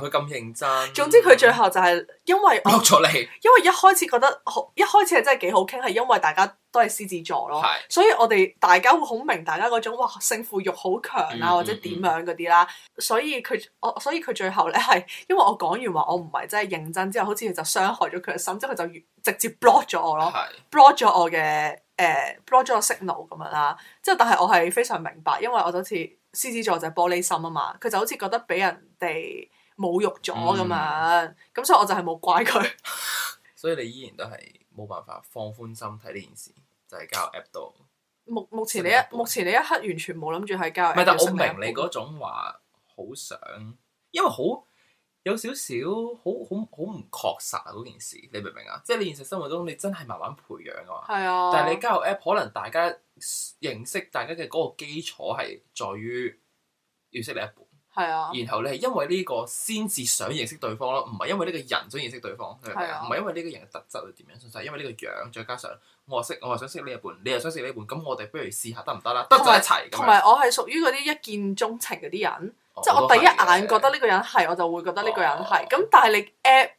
佢咁認真。
總之佢最後就係因為我
落咗你，
因為一開始覺得好，一開始係真係幾好傾，係因為大家都係獅子座咯
係，
所以我哋大家會好明大家嗰種哇勝負欲好強
嗯
啊，或者點樣嗰啲啦。所以佢我所以佢最後咧係因為我講完話我唔係真係認真之後，好似就傷害咗佢嘅心，之後佢就越直接 block 咗我咯。
係
block 咗我嘅誒 block 咗個 signal 咁樣啦。之後但係我係非常明白，因為我就好似獅子座就係玻璃心啊嘛，佢就好似覺得俾人哋侮辱咗咁樣，
嗯
咁、所以我就係冇怪 佢。
所以你依然都係冇辦法放寬心睇呢件事，就係交友 app 度
目目前呢
食一
一
半
目前呢一刻完全冇諗住喺交
唔
友
係，但
app
我
度食
明
咩
你嗰種話好想，因為好有少少好好好唔確實啊嗰件事，你明唔明啊？即係你現實生活中你真係慢慢培養啊嘛。
係啊，
但係你交友 app 可能大家認識大家嘅嗰個基礎係在於要識你一半，
係啊，
然後你係因為呢個先至想認識對方咯，唔係因為呢個人想認識對方，你明唔明
係
啊？
啊
唔係因為呢個人嘅特質係點樣，純粹係因為呢個樣，再加上我又識我又想識呢一半，你又想識呢一半，咁我哋不如試下得唔得啦？得就
同埋
一齊咁樣。
同
哦
埋我係屬於嗰啲一見鐘情嗰啲人，即係
都
我第一
係嘅
眼覺得呢個人係，我就會覺得呢個人係。
哦
咁但係你 app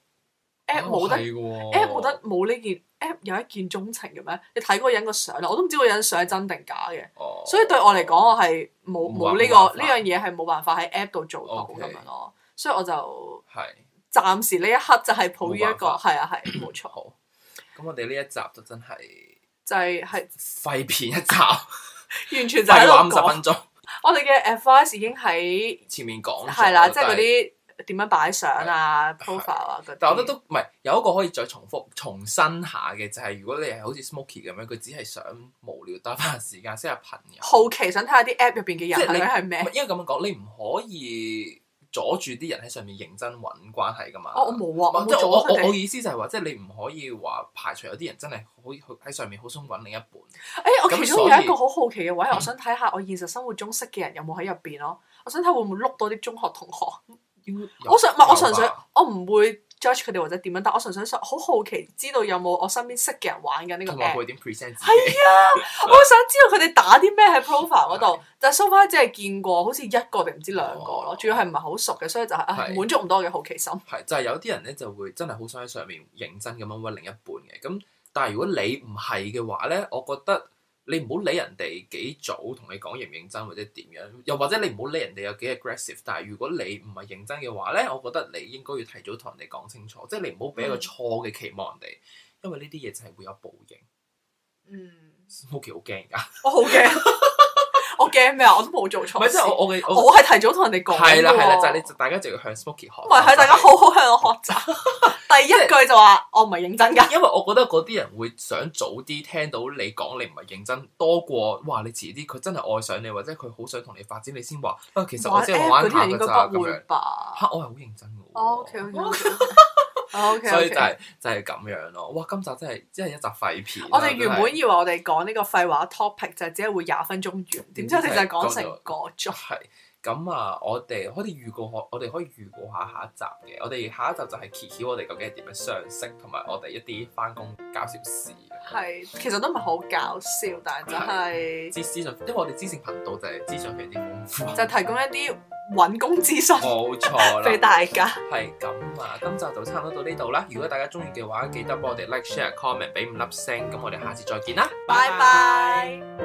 app
哦
冇得
係喎
app 冇得冇呢件 app 有一見鐘情嘅咩？你睇嗰個人個相啊，我都唔知嗰個人相係真定假嘅。
哦
所以對我嚟講，我係冇
冇話
冇呢
冇辦
個
法
呢樣嘢係冇辦法喺 app 度做到
OK
咁樣咯。所以我就
係
暫時呢一刻就係抱於一個
冇辦
係啊係冇錯，
好。咁我哋呢一集就真係
就 係係
廢片一 集，廢
完全就喺
話五
度
十
講。
分鐘。
我哋嘅 advice 已經喺
前面講咗
係啦，即係嗰。
但
啲點樣擺相啊、profile 啊嗰啲。
但我覺得都唔係有一個可以再重複重申下嘅，就係、如果你係好似 Smoky 咁樣，佢只係想無聊打發時間，識下朋 友。
好奇想睇下啲 app 入邊嘅
即
人
係你
係咪係
唔
咩？
係因為咁樣講，你唔可以阻住啲人喺上面認真揾關係噶嘛。
哦，我冇啊，我
即
冇
係
做
我
啊
我
佢
我
哋。
意思就係話，即係你唔可以話排除有啲人真係好喺上面好想揾另一半。
哎，我
咁
其
所
中
以嗯
有一個好好奇嘅位，我想睇下我現實生活中識嘅人有冇喺入邊咯。我想睇會唔會碌到啲中學同學。我想唔係我純粹我唔會 judge 佢哋或者點樣，但我純粹想好好奇知道有冇我身邊識嘅人玩緊呢個
同埋
app。
佢點 present 自己。
係啊， 我好想知道佢哋打啲咩喺 profile 嗰度，但 so far 只係見過好似一個定唔知兩個
哦
咯，仲要係唔係好熟嘅，所以就係唉
係
滿足唔到我嘅好奇心。
係就係有啲人咧就會真係好想喺上面認真咁樣揾另一半嘅。咁但係如果你唔係嘅話咧，我覺得你唔好理人哋幾早同你講認唔認真或者點樣，又或者你唔好理人哋有幾 aggressive。但係如果你唔係認真嘅話咧，我覺得你應該要提早同人哋講清楚，即係你唔好俾一個
嗯
錯嘅期望人哋，因為呢啲嘢就係會有報應。
嗯，
Smoky 好驚㗎，
我好驚， 我驚咩啊？ 我都冇做
唔
錯
係
事
即係，我我嘅我
我係提早同人哋講㗎喎。
係啦係啦，就係你就大家就要向 Smoky 學習。
唔係係大家好好向我學習。 第一句就話我唔係認真㗎，
因為我覺得嗰啲人會想早啲聽到你講你唔係認真，多過哇你遲啲佢真係愛上你，或者佢好想同你發展，你先話啊其實我
玩
真係
app 嗰
玩
啲
下
人應
㗎
該
咋
不
咁
會哦
樣。
吧
嚇我係好認真㗎喎。
？OK OK OK，
所以就係、就係、咁樣咯。哇！今集真係真係一集廢片啊啦。
我哋原
真
本
係
以為我哋講呢個廢話 topic 就係只係會廿分鐘完，點知我哋就係講成個鐘。
係咁啊，我哋可以預告可我哋可以預告下下一集嘅。我哋下一集就係揭曉我哋究竟係點樣相識，同埋我哋一啲翻工搞笑事。
係，其實都唔係好搞笑，但係就係、
資資訊，因為我哋資訊頻道就係資訊非常之豐富。
就提供一啲揾工資訊
冇 錯
俾
啦，
大家。
係咁啊，今集就差唔多到呢度啦。如果大家中意嘅話，記得幫我哋 like、share、comment，俾五粒星。咁我哋下次再見啦，
拜拜。